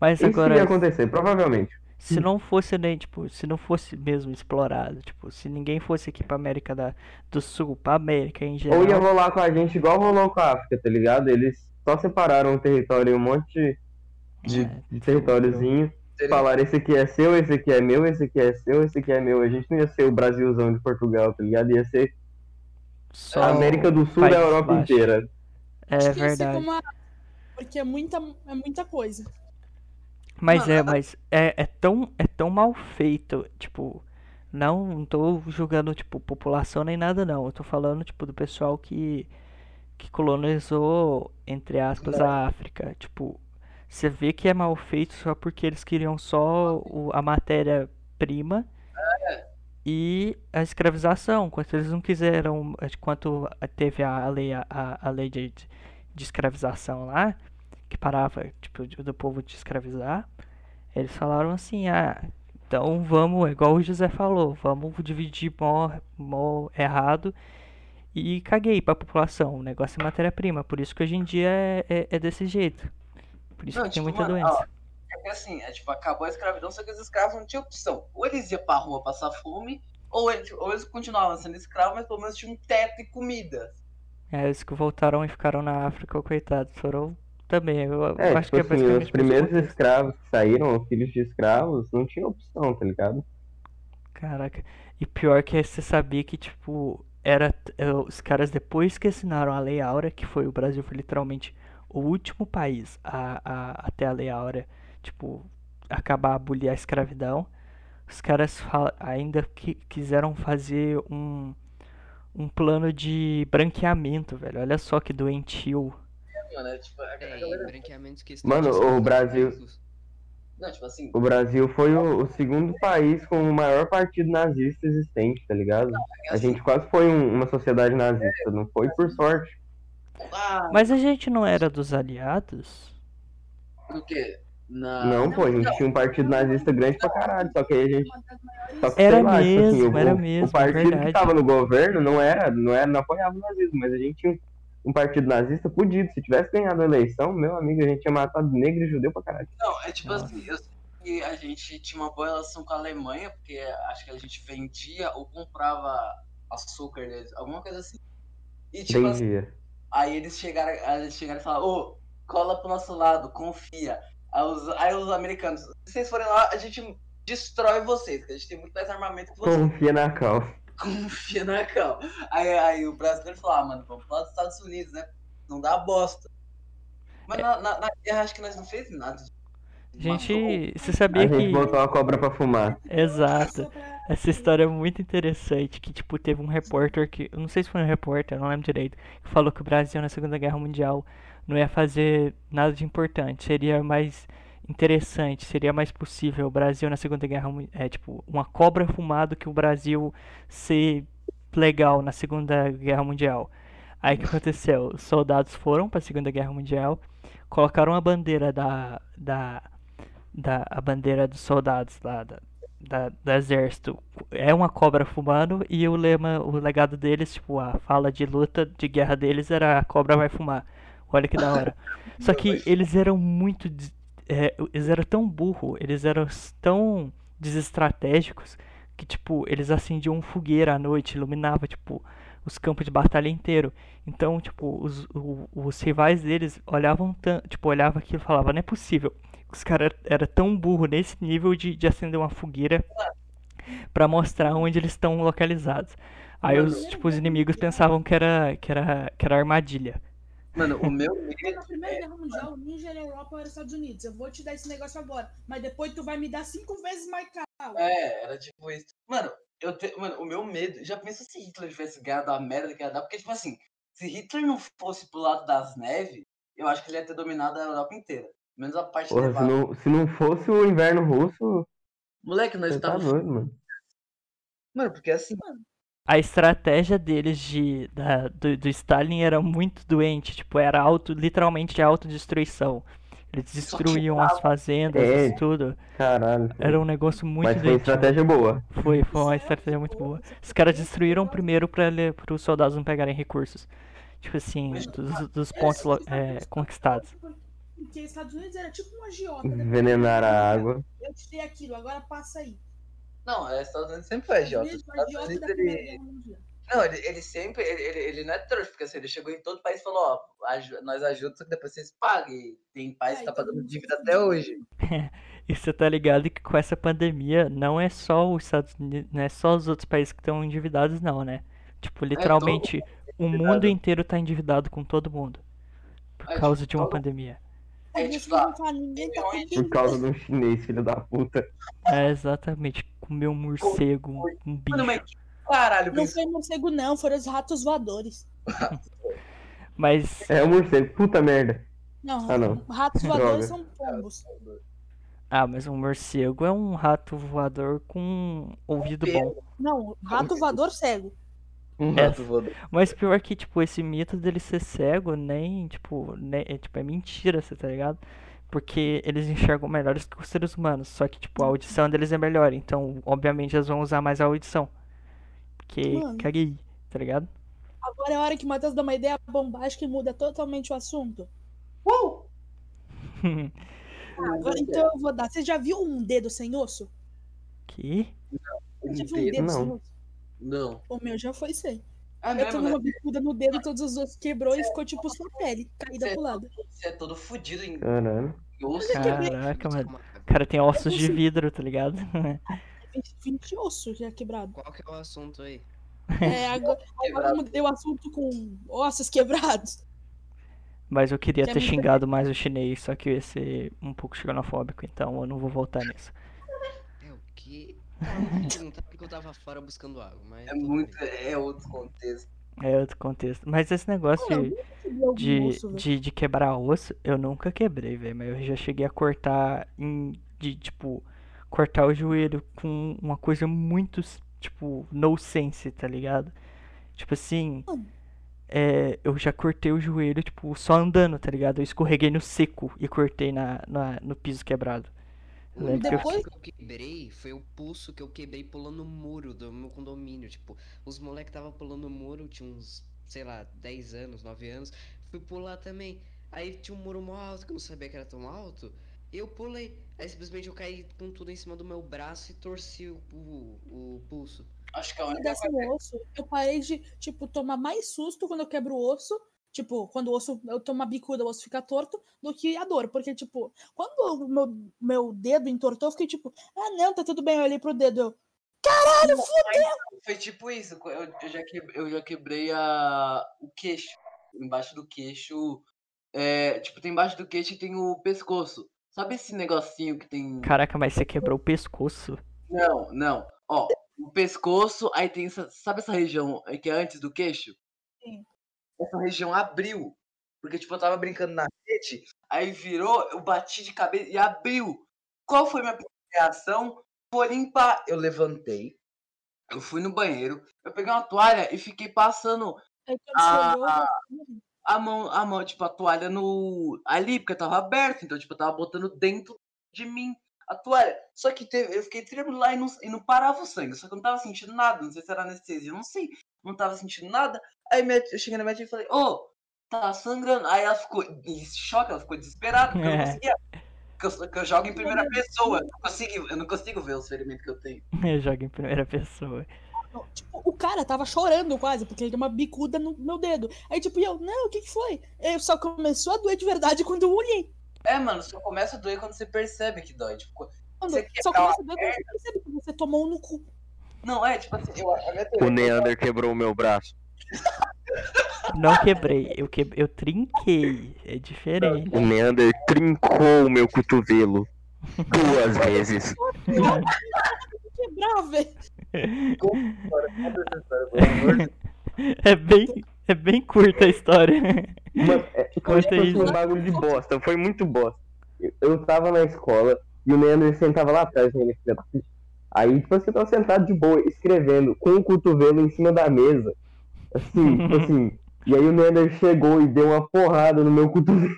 Mas Isso agora, ia acontecer, provavelmente. se não fosse nem, tipo, se não fosse mesmo explorado, tipo, se ninguém fosse aqui pra América da, do Sul, pra América em geral. Ou ia rolar com a gente igual rolou com a África, tá ligado? Eles só separaram o território em um monte de, É, de territóriozinho. Seria- Falaram, esse aqui é seu, esse aqui é meu, esse aqui é seu, esse aqui é meu. A gente não ia ser o Brasilzão de Portugal, tá ligado? Ia ser só a América do Sul e Países a Europa Baixos. inteira. É Acho que ia ser verdade. como a- Porque é muita, é muita coisa. Mas Mano, é, eu- mas é, é tão é tão mal feito, tipo, não, não tô julgando tipo população nem nada não. Eu tô falando tipo do pessoal que que colonizou entre aspas a África, tipo, Você vê que é mal feito só porque eles queriam só o- a matéria-prima e a escravização. Enquanto eles não quiseram, enquanto teve a lei, a, a lei de, de escravização lá, que parava tipo, de- do povo de escravizar, eles falaram assim, ah, então vamos, é igual o José falou, vamos dividir mó, mó errado e caguei pra população. O negócio é matéria-prima, por isso que hoje em dia é, é, é desse jeito. Por isso Não, que tem tipo, muita mano, doença. É que assim, é, tipo, acabou a escravidão, só que os escravos não tinham opção. Ou eles iam pra rua passar fome, ou eles, ou eles continuavam sendo escravos, mas pelo menos tinham um teto e comida. É, os que voltaram e ficaram na África, coitados, foram também. Eu, eu É, acho tipo que é assim, basicamente os primeiros mesmo contexto. escravos que saíram, os filhos de escravos, não tinha opção, tá ligado? Caraca. E pior que é você sabia que, tipo, era. é, Os caras depois que assinaram a Lei Áurea, que foi o Brasil, foi literalmente o último país a, a, até a Lei Áurea, tipo, acabar, abolir a escravidão. Os caras fala- ainda qui- quiseram fazer um, um plano de branqueamento, velho. Olha só que doentio. Mano, é, tipo, a É, galera- e branqueamento que Mano, o Brasil- Não, tipo assim, O Brasil foi o, o segundo país com o maior partido nazista existente, tá ligado? A assim, É. gente quase foi um- uma sociedade nazista, não foi por sorte. ah, Mas a gente não era dos aliados? do quê? Na... Não, pô, a então, gente tinha um partido nazista grande pra caralho, só que aí a gente. Só que, Era sei lá, tipo assim, mesmo, o, era o- mesmo, O partido verdade. que tava no governo não era, não era, não apoiava o nazismo, mas a gente tinha um, um partido nazista fudido. Se tivesse ganhado a eleição, meu amigo, a gente tinha matado negro e judeu pra caralho. Não, é tipo Nossa. assim, eu sei que a gente tinha uma boa relação com a Alemanha, porque acho que a gente vendia ou comprava açúcar deles, alguma coisa assim. E tipo assim, Entendi. aí eles chegaram, aí eles chegaram e falaram, ô, cola pro nosso lado, confia. Aí os, aí os americanos, se vocês forem lá, a gente destrói vocês, que a gente tem muito mais armamento que vocês. Confia na cal. Confia na cal. Aí, aí o brasileiro falou, ah, mano, vamos falar dos Estados Unidos, né? Não dá bosta. Mas na, na, na guerra acho que nós não fez nada. A de- gente. Você A sabia gente que. botou a cobra pra fumar. Exato. Só pra- Essa história é muito interessante, que tipo, teve um repórter que, eu não sei se foi um repórter, eu não lembro direito, que falou que o Brasil na Segunda Guerra Mundial não ia fazer nada de importante, seria mais interessante, seria mais possível o Brasil na Segunda Guerra Mundial, é tipo, uma cobra fumar do que o Brasil ser legal na Segunda Guerra Mundial. Aí o que aconteceu? Os soldados foram para a Segunda Guerra Mundial, colocaram a bandeira da, da, da a bandeira dos soldados lá, da, da, do exército é uma cobra fumando e o lema, o legado deles, tipo, a fala de luta, de guerra deles era a cobra vai fumar. Olha que da hora. Só que eles eram muito, des- é, eles eram tão burro, eles eram s- tão desestratégicos que tipo, eles acendiam um fogueira à noite, iluminava tipo os campos de batalha inteiro. Então, tipo, os, o- os rivais deles olhavam, tan- tipo, olhava aquilo e falava, não é possível. Os caras eram tão burro nesse nível de, de acender uma fogueira Pra mostrar onde eles estão localizados. Aí os, tipo, os inimigos pensavam que era, que era, que era armadilha. Mano, o meu medo É, Na Primeira Guerra Mundial, o ninja na Europa era os Estados Unidos. Eu vou te dar esse negócio agora, mas depois tu vai me dar cinco vezes mais caro. É, era tipo isso. Mano, eu te- mano, o meu medo. Já pensa se Hitler tivesse ganhado a merda que ia dar? Porque, tipo assim, se Hitler não fosse pro lado das neves, eu acho que ele ia ter dominado a Europa inteira. Menos a parte Porra, se nevada. não, se não fosse o inverno russo, Moleque, nós você tá estávamos. doido, mano. Mano, porque assim. A estratégia deles de, da- do, do Stalin era muito doente, tipo, era auto, literalmente autodestruição. Eles Só que destruíam as fazendas, É. isso tudo. Caralho. Era um negócio muito Mas foi doentio. estratégia boa. Foi, foi uma estratégia muito boa. Os caras destruíram primeiro para os soldados não pegarem recursos. Tipo assim, dos, dos pontos lo- é, conquistados. Porque Estados Unidos era tipo um agiota. né? Envenenar a água. Eu te dei aquilo, agora passa aí. Não, é, Estados Unidos sempre foi idiota. Estados Unidos, o Estados agiota Unidos, da Primeira ele... Guerra Mundial. Não, ele, ele sempre. Ele, ele, ele não é trouxa, porque assim, ele chegou em todo o país e falou: ó, aju- nós ajudamos, só que depois vocês paguem. E Tem país Ah, que tá e todo pagando mundo dívida se até fudiu. hoje. E você tá ligado que com essa pandemia não é só os Estados Unidos, não é só os outros países que estão endividados, não, né? Tipo, literalmente, o mundo É, endividado. inteiro tá endividado com todo mundo. Por É, causa de uma todo- pandemia. É, Aí tipo, você vai falar, ninguém tá milhões Por pedindo. causa de um chinês, filho da puta. É exatamente. Comer um morcego, um, um bicho. Mano, mas que caralho, Não pensa. foi morcego, não, foram os ratos voadores. Mas É um morcego, puta merda. Não, Ah, não. ratos voadores são Droga. pombos. Ah, mas um morcego é um rato voador com um ouvido bom. Não, rato voador cego. Um É. rato voador. Mas pior que, tipo, esse mito dele ser cego nem, tipo, nem, é, tipo, é mentira, você tá ligado? Porque eles enxergam melhores que os seres humanos. Só que, tipo, a audição deles é melhor. Então, obviamente, eles vão usar mais a audição. Porque Mano. caguei, tá ligado? Agora é a hora que o Matheus dá uma ideia bombástica e muda totalmente o assunto. Uh! Ah, Agora é então eu vou dar. Você já viu um dedo sem osso? que? Já viu um dedo Não. sem osso? Não. O meu já foi sem. Ah, Eu tomei mesmo, uma bicuda no dedo, todos os ossos quebrou e ficou tipo só pele, caída pro lado. você é todo fudido em Caralho. osso. né? Cara. Caraca, mano. O Desculpa, cara tem ossos de vidro, tá ligado? 20, 20 ossos já quebrado. Qual que é o assunto aí? É, agora, agora eu mudei o assunto com ossos quebrados. Mas eu queria Já ter me xingado mais o chinês, só que eu ia ser um pouco xenofóbico, então eu não vou voltar nisso. É o quê? Cara, eu não vou perguntar porque eu tava fora buscando água, mas. É tudo muito. bem. É outro contexto. É outro contexto. Mas esse negócio Cara, eu de, nunca quebrei algum de, osso, velho. de, de quebrar osso, eu nunca quebrei, velho. Mas eu já cheguei a cortar em. De tipo, cortar o joelho com uma coisa muito, tipo, no sense, tá ligado? Tipo assim. Mano. é, eu já cortei o joelho, tipo, só andando, tá ligado? Eu escorreguei no seco e cortei na, na- no piso quebrado. Eu lembro que eu Depois- O que eu quebrei foi o pulso que eu quebrei pulando o muro do meu condomínio. Tipo, os moleques tava pulando o muro, tinha uns, sei lá, 10 anos, 9 anos. Fui pular também. Aí tinha um muro mó alto que eu não sabia que era tão alto. Eu pulei. Aí simplesmente eu caí com tudo em cima do meu braço e torci o, o, o pulso. Acho que a quando única desce o osso, eu parei de, tipo, tomar mais susto quando eu quebro o osso. Tipo, quando o osso, eu tomo uma bicuda, o osso fica torto, do que a dor. Porque, tipo, quando o meu, meu dedo entortou, eu fiquei tipo, ah, não, tá tudo bem. Eu olhei pro dedo, eu, Foi tipo isso, co- eu, eu já, quebrei, eu já quebrei a, o queixo. Embaixo do queixo. É, tipo, tem embaixo do queixo e tem o pescoço. Sabe esse negocinho que tem. Caraca, mas você quebrou o pescoço? Não, não. Ó, o pescoço, aí tem. essa- Sabe essa região é, que é antes do queixo? Sim. Essa região abriu. Porque, tipo, eu tava brincando na rede, aí virou, eu bati de cabeça e abriu. Qual foi minha primeira reação? Foi limpar. Eu levantei, eu fui no banheiro, eu peguei uma toalha e fiquei passando aí quando Ah, você olhou, eu falei, a mão, a mão, tipo, a toalha no. ali, porque tava aberto, então, tipo, eu tava botando dentro de mim a toalha. Só que teve, eu fiquei tremendo lá e não, e não parava o sangue, só que eu não tava sentindo nada, não sei se era anestesia, eu não sei, não tava sentindo nada. Aí minha, tia- eu cheguei na minha tia e falei, ô, tá sangrando. Aí ela ficou, e se choca, ela ficou desesperada, porque eu não É. conseguia. Que eu, que eu jogo em primeira pessoa, eu não consigo, eu não consigo ver os ferimentos que eu tenho. Joga em primeira pessoa. Não, Tipo, o cara tava chorando quase, porque ele deu uma bicuda no meu dedo. Aí, tipo, e eu, não, o que que foi? Eu só começou a doer de verdade quando eu olhei. É, mano, só começa a doer quando você percebe que dói. Tipo, Quando Você só quebrar uma começa a doer quando você percebe que você tomou um no cu. não, é, tipo assim, eu, a minha O teoria- Neander quebrou o meu braço. Não quebrei, eu, que... eu trinquei. É diferente. O Neander trincou o meu cotovelo. Duas vezes. Quebrar, velho. É bem, é bem curta a história. Mano, é, foi Conta tipo isso. assim, um bagulho de bosta. Foi muito bosta. Eu- Eu tava na escola e o Neander sentava lá atrás, né, ele filha da puta. Aí, tipo, você tava sentado de boa, escrevendo, com o cotovelo em cima da mesa. Assim, tipo assim. E aí o Neander chegou e deu uma porrada no meu cotovelo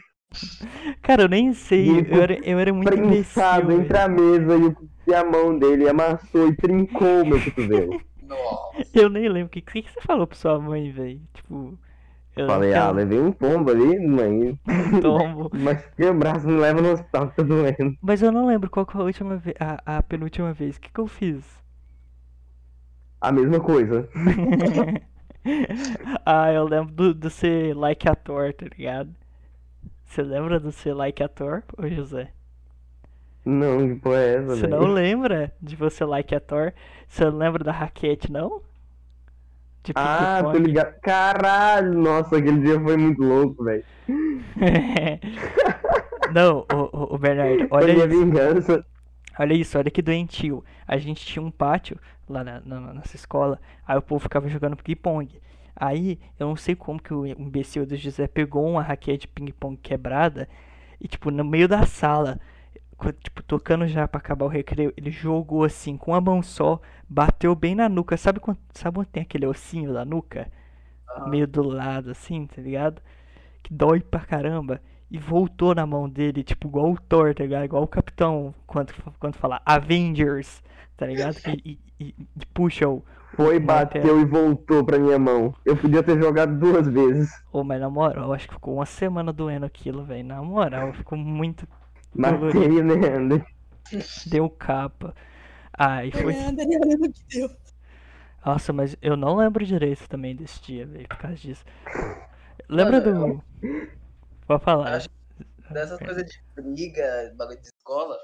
Cara, eu nem sei. Muito Eu era, eu era muito imbecil. prensado entre velho. a mesa e, o- e a mão dele amassou e trincou o meu cotovelo. Nossa. Eu nem lembro. O que, que você falou pra sua mãe, velho? Tipo. Eu Falei, ah, aquela levei um pombo ali, mãe. tombo. Mas que o braço me leva no hospital, tá doendo. Mas eu não lembro qual que foi a última vez. A, a penúltima vez. O que, que eu fiz? A mesma coisa. ah, eu lembro do, do ser like ator, tá ligado? Você lembra do ser like ator, ô José? Não, que porra é essa, Você não velho? lembra de você like a Thor? Você não lembra da raquete, não? De Ah, tô pique-pongue. ligado. Caralho, nossa, aquele dia foi muito louco, velho. não, o, o- o Bernardo, Foi olha minha isso, vingança. olha isso, olha que doentio. A gente tinha um pátio lá na, na- na nossa escola, aí o povo ficava jogando ping-pong. Aí, eu não sei como que o imbecil do José pegou uma raquete de ping-pong quebrada e, tipo, no meio da sala, co- tipo, tocando já pra acabar o recreio, ele jogou assim, com uma mão só, bateu bem na nuca. Sabe quando, sabe quando tem aquele ossinho da nuca? Aham. Meio do lado, assim, tá ligado? Que dói pra caramba. E voltou na mão dele, tipo, igual o Thor, tá ligado? Igual o Capitão, quando, quando fala Avengers, tá ligado? E, e- e- e puxa o, Foi, Não, bateu e voltou pra minha mão. Eu podia ter jogado duas vezes. Ô, mas na moral, acho que ficou uma semana doendo aquilo, velho. Na moral, ficou muito. Matei, né? Ander? Deu capa. Ai, foi. É, Daniel, lembra que deu. Nossa, mas eu não lembro direito também desse dia, velho, por causa disso. Lembra Mano, do. Pode falar. acho dessas coisas de briga, bagulho de escola,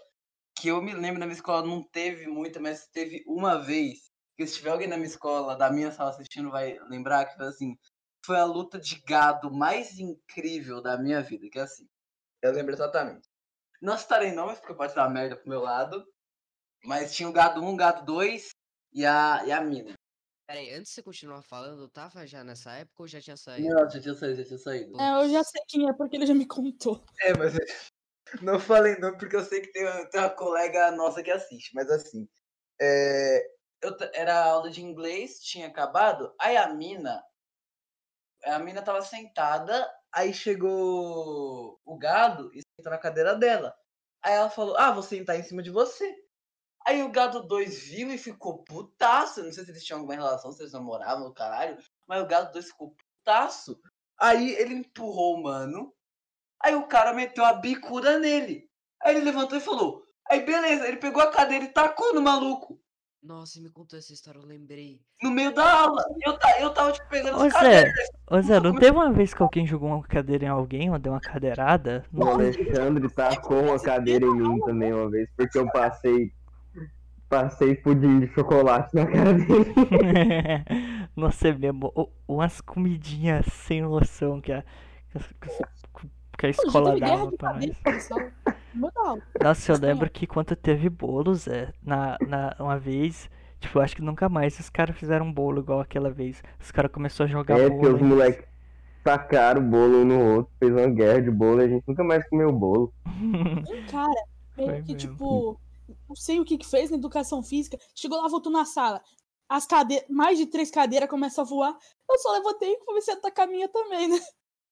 que eu me lembro na minha escola não teve muita, mas teve uma vez. Que se tiver alguém na minha escola, da minha sala assistindo, vai lembrar que foi assim. Foi a luta de gado mais incrível da minha vida, que é assim. Eu lembro exatamente. Não citarei nomes, porque pode dar merda pro meu lado. Mas tinha o gado 1, o gado 2 e a, e a mina. Peraí, antes de você continuar falando, eu tava já nessa época ou já tinha saído? Não, já tinha saído, já tinha saído. É, eu já sei quem é, porque ele já me contou. É, mas eu- não falei não, porque eu sei que tem uma, tem uma colega nossa que assiste, mas assim. é, eu, ta- era aula de inglês, tinha acabado, aí a mina. A mina tava sentada, aí chegou o gado e sentou na cadeira dela. Aí ela falou: Ah, vou sentar em cima de você. Aí o gado 2 viu e ficou putaço. Não sei se eles tinham alguma relação, se eles namoravam, o caralho. Mas o gado 2 ficou putaço. Aí ele empurrou o mano. Aí o cara meteu a bicuda nele. Aí ele levantou e falou. Aí beleza, ele pegou a cadeira e tacou no maluco. Nossa, você me contou essa história, eu lembrei. No meio da aula. Eu, ta- eu tava, tipo, pegando Ô, as Zé, cadeiras. ô, Zé, não Como- teve uma vez que alguém jogou uma cadeira em alguém ou deu uma cadeirada? O Alexandre tacou a cadeira em mim também uma vez, porque eu passei. Passei pudim de chocolate na cara dele. Nossa, é mesmo. ô, Umas comidinhas sem noção que a, que a- que Pô, a já escola teve guerra dava de pra nós. cadeira, pessoal. Mudou. Nossa, eu Estranho. lembro que quando teve bolo, Zé, na, na, uma vez, tipo, eu acho que nunca mais os caras fizeram um bolo igual aquela vez. Os caras começaram a jogar É, porque bolo. os em- moleques tacaram o bolo um no outro, fez uma guerra de bolo e a gente nunca mais comeu bolo. Um cara, meio Foi que, mesmo. tipo, não sei o que que fez na educação física, chegou lá, voltou na sala. As cadeiras, mais de três cadeiras começam a voar. Eu só levantei e comecei a atacar a minha também, né?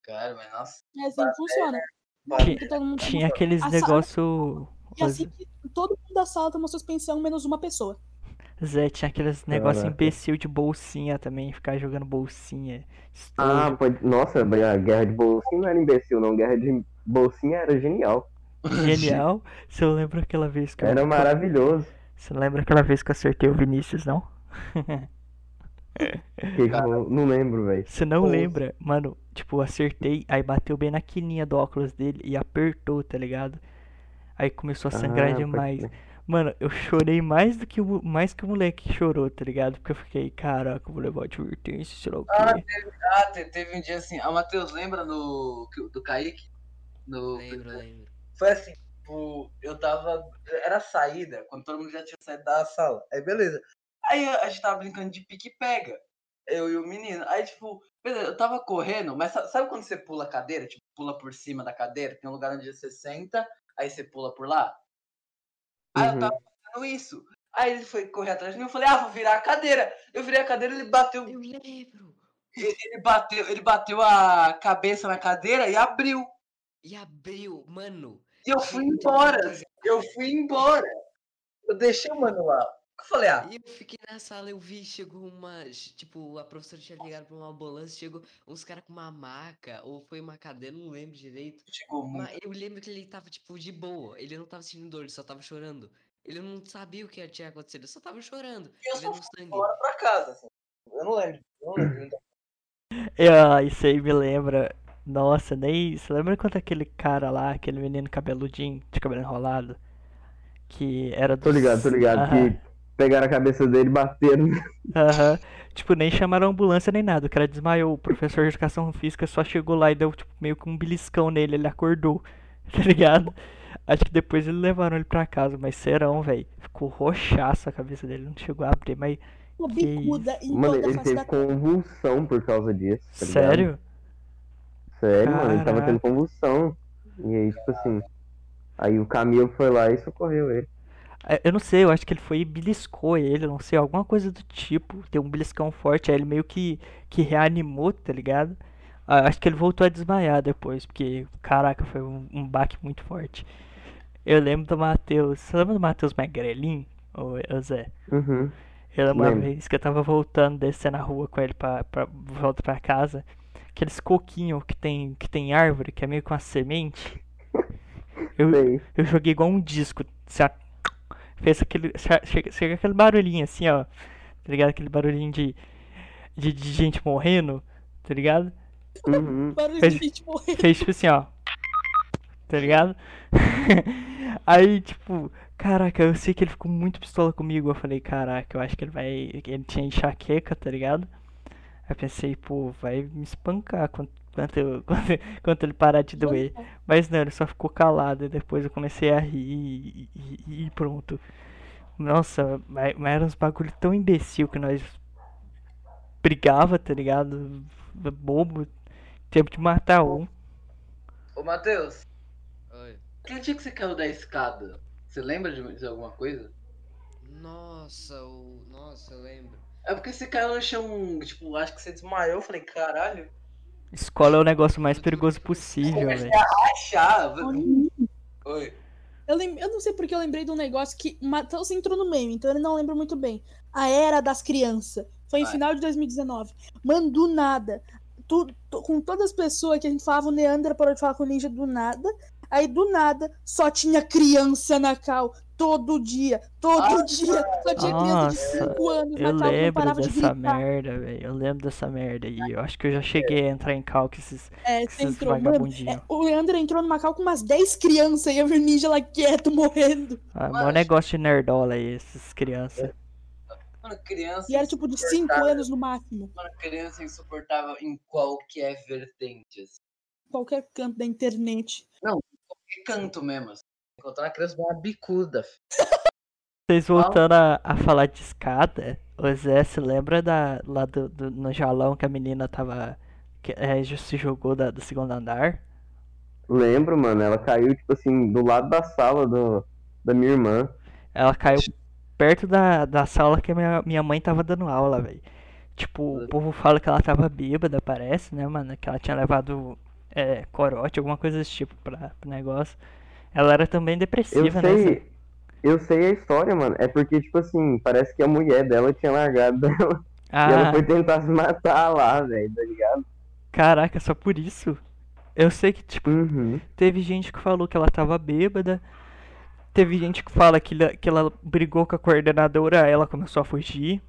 Cara, mas nossa. É assim que funciona. Ti- Porque todo mundo Tinha aqueles A sala- negócio. E assim que todo mundo da sala tomou suspensão, menos uma pessoa. Zé, tinha aqueles Ah, negócio Caraca. imbecil de bolsinha também, ficar jogando bolsinha. Ah, estojo. pode. Nossa, a guerra de bolsinha não era imbecil, não. Guerra de bolsinha era genial. Genial. Você lembra aquela vez que eu. Era maravilhoso. Você lembra aquela vez que eu acertei o Vinícius, não? Que que eu não lembro, velho. Você não Ou- lembra? Mano, tipo, acertei, aí bateu bem na quininha do óculos dele e apertou, tá ligado? Aí começou a sangrar Ah, pode demais. crer. Mano, eu chorei mais do que o, mo- mais que o moleque chorou, tá ligado? Porque eu fiquei, caraca, eu vou levar advertência, sei lá o Ah, quê. Ah, te- teve um dia assim. A Matheus lembra no, que- do Kaique? No, Lembro, lembro. Foi assim, tipo, eu tava. Era saída, quando todo mundo já tinha saído da sala. Aí beleza. Aí a a gente tava brincando de pique-pega. Eu e o menino. Aí, tipo, beleza, eu tava correndo, mas sa- sabe quando você pula a cadeira? Tipo, pula por cima da cadeira, tem um lugar onde você senta, aí você pula por lá. Aí eu Uhum. tava fazendo isso. Aí ele foi correr atrás de mim, eu falei, ah, vou virar a cadeira. Eu virei a cadeira, ele bateu Eu lembro! ele bateu, ele bateu a cabeça na cadeira e abriu. E abriu, mano. E eu fui Gente, embora. eu Eu fui embora. Eu deixei o mano lá. Eu falei, ah, E eu fiquei na sala, eu vi, chegou uma. Tipo, a professora tinha ligado pra uma ambulância, chegou uns caras com uma maca, ou foi uma cadeira, não lembro direito. chegou muito. Mas eu lembro que ele tava, tipo, de boa. Ele não tava sentindo dor, ele só tava chorando. Ele não sabia o que tinha acontecido, ele só tava chorando. E eu só vendo fui sangue. embora pra casa. assim. Eu não lembro. eu não lembro, então. é. E, ah, isso aí me lembra. Nossa, nem isso. Lembra quando aquele cara lá, aquele menino cabeludinho, de cabelo enrolado? Que era do. Tô ligado, tô ligado. Aham, Que pegaram a cabeça dele e bateram. aham. Tipo, nem chamaram a ambulância nem nada. O cara desmaiou. O professor de educação física só chegou lá e deu tipo, meio que um beliscão nele. Ele acordou, tá ligado? Acho que depois eles levaram ele pra casa, mas serão, velho. Ficou roxaço a cabeça dele, não chegou a abrir, mas uma bicuda em Mano, toda é a ele face teve da convulsão por causa disso. tá ligado? Sério? Sério, mano, ele tava Caraca. tendo convulsão. E aí, tipo assim. Aí o Camilo foi lá e socorreu ele. É, Eu não sei, eu acho que ele foi e beliscou ele, eu não sei, alguma coisa do tipo. Deu um beliscão forte, aí ele meio que, que reanimou, tá ligado? Ah, Acho que ele voltou a desmaiar depois, porque, caraca, foi um, um baque muito forte. Eu lembro do Matheus, você lembra do Matheus Magrelin, ô, ô Zé? Uhum. Eu lembro uma Lembro. vez que eu tava voltando, descendo a rua com ele pra, pra volta pra casa. Aqueles coquinhos que tem, que tem árvore, que é meio com a semente. Eu, Sei. eu joguei igual um disco. sa- Fez aquele. sa- Chega, chega aquele barulhinho assim, ó. Tá ligado? Aquele barulhinho de, de, de gente morrendo. Tá ligado? Uhum. Barulho Fez- de gente morrer. Fez tipo assim, ó. Tá ligado? Aí, tipo, caraca, eu sei que ele ficou muito pistola comigo. Eu falei, caraca, eu acho que ele vai. Ele tinha enxaqueca, tá ligado? Aí eu pensei, pô, vai me espancar quando, quando, eu- quando, quando ele parar de doer. Mas não, ele só ficou calado e depois eu comecei a rir e, e- e pronto. Nossa, mas, mas era uns bagulho tão imbecil que nós brigava, tá ligado? Bobo, tempo de matar um. Ô, Matheus, Oi. aquele dia que você caiu da escada, você lembra de, de alguma coisa? Nossa, o... Nossa, eu lembro. É porque você caiu no chão, tipo, acho que você desmaiou. Eu falei, caralho, Escola é o negócio mais perigoso possível, velho. É achava. Oi. Eu, lem- eu não sei porque eu lembrei de um negócio que o Matheus entrou no meio, então ele não lembra muito bem. A Era das Crianças. Foi em Vai. final de 2019. Mano, do nada. Tu- tu- com todas as pessoas que a gente falava, o Neander parou de falar com o Ninja do nada. Aí, do nada, só tinha criança na Cal. Todo dia. Todo Ah, dia. Só tinha criança de Nossa, 5 anos Eu na Cal que não lembro parava de dessa gritar. merda, velho. Eu lembro dessa merda. E eu acho que eu já cheguei a entrar em cal com esses, É, com você esses entrou, mano. vagabundinhos. É, o Leandro entrou no Macau com umas 10 crianças e eu vi o Ninja lá quieto, morrendo. Ah, Mano, mó negócio de nerdola aí, esses crianças. Mano, criança, E era tipo de 5 anos no máximo. mano, criança é insuportável em qualquer vertente. assim. Qualquer canto da internet. Que canto mesmo. assim. Encontrar uma criança com uma bicuda. fi. Vocês voltando a, a falar de escada, o Zé se lembra da, lá do, do- no jalão que a menina tava. Que, é, ju- se jogou da- do segundo andar? Lembro, mano, ela caiu, tipo assim, do lado da sala do, da minha irmã. Ela caiu perto da, da sala que a minha, minha mãe tava dando aula, velho. Tipo, o povo fala que ela tava bêbada, parece, né, mano? Que ela tinha levado é, corote, alguma coisa desse tipo pra, pro negócio. Ela era também Eu depressiva, né? Zé? sei. Eu sei a história, mano. É porque, tipo assim, parece que a mulher dela tinha largado ela e ela Ah, foi tentar se matar lá, velho, tá ligado? caraca, só por isso? Eu sei que, tipo, Uhum. Teve gente que falou que ela tava bêbada. Teve gente que fala que, ela- que ela brigou com a coordenadora, aí ela começou a fugir.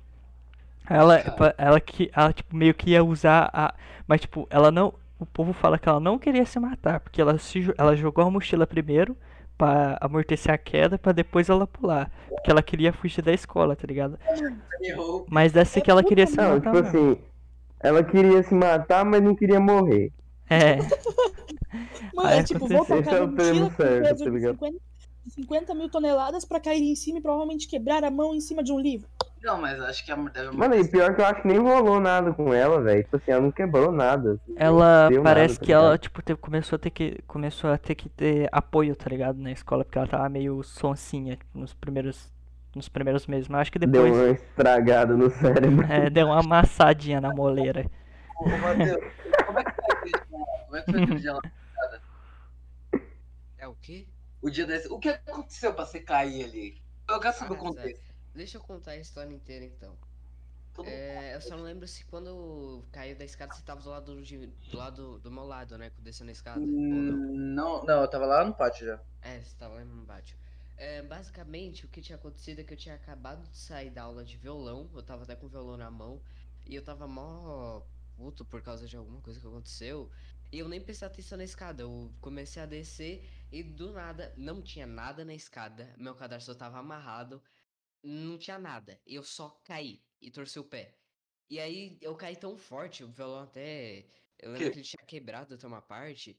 Ela, Cara. ela que ela tipo, meio que ia usar a. Mas tipo, ela não. O povo fala que ela não queria se matar, porque ela, se, jo- ela jogou a mochila primeiro pra amortecer a queda, pra depois ela pular. Porque ela queria fugir da escola, tá ligado? Errou. Mas deve ser É que ela puta queria se Não, matar. tipo mesmo. assim, ela queria se matar, mas não queria morrer. É. Mano, Ah, é é, tipo, com vou certeza. tacar Esse é uma o termo mochila com certo, peso tá de ligado? 50, de 50 mil toneladas pra cair em cima e provavelmente quebrar a mão em cima de um livro. Não, mas acho que a mulher deve Mano, e pior que eu acho que nem rolou nada com ela, velho. Tipo assim, ela não quebrou nada. Ela deu parece nada, tá que ela tipo teve- começou a ter que começou a ter que ter apoio, tá ligado, na escola porque ela tava meio sonsinha tipo, nos primeiros nos primeiros meses, mas acho que Deu depois uma estragada no cérebro. é, deu uma amassadinha na moleira. Ô, Matheus, como é que foi aquele dia lá? Como é que foi aquele dia lá? É o quê? O dia desse. O que aconteceu pra você cair ali? Eu quero saber o Ah, contexto. Deixa eu contar a história inteira então. Todo É, eu só não lembro se quando caiu da escada você tava do lado de- do lado do meu lado, né? Descendo a escada. ou não. Hum, Não, não, eu tava lá no pátio já. É, você tava lá embaixo. É, basicamente, o que tinha acontecido é que eu tinha acabado de sair da aula de violão, eu tava até com o violão na mão, e eu tava mó puto por causa de alguma coisa que aconteceu, e eu nem prestei atenção na escada, eu comecei a descer, e do nada, não tinha nada na escada, meu cadarço tava amarrado, não tinha nada, eu só caí e torci o pé. E aí, eu caí tão forte, o violão até... Eu lembro Que- que ele tinha quebrado até uma parte,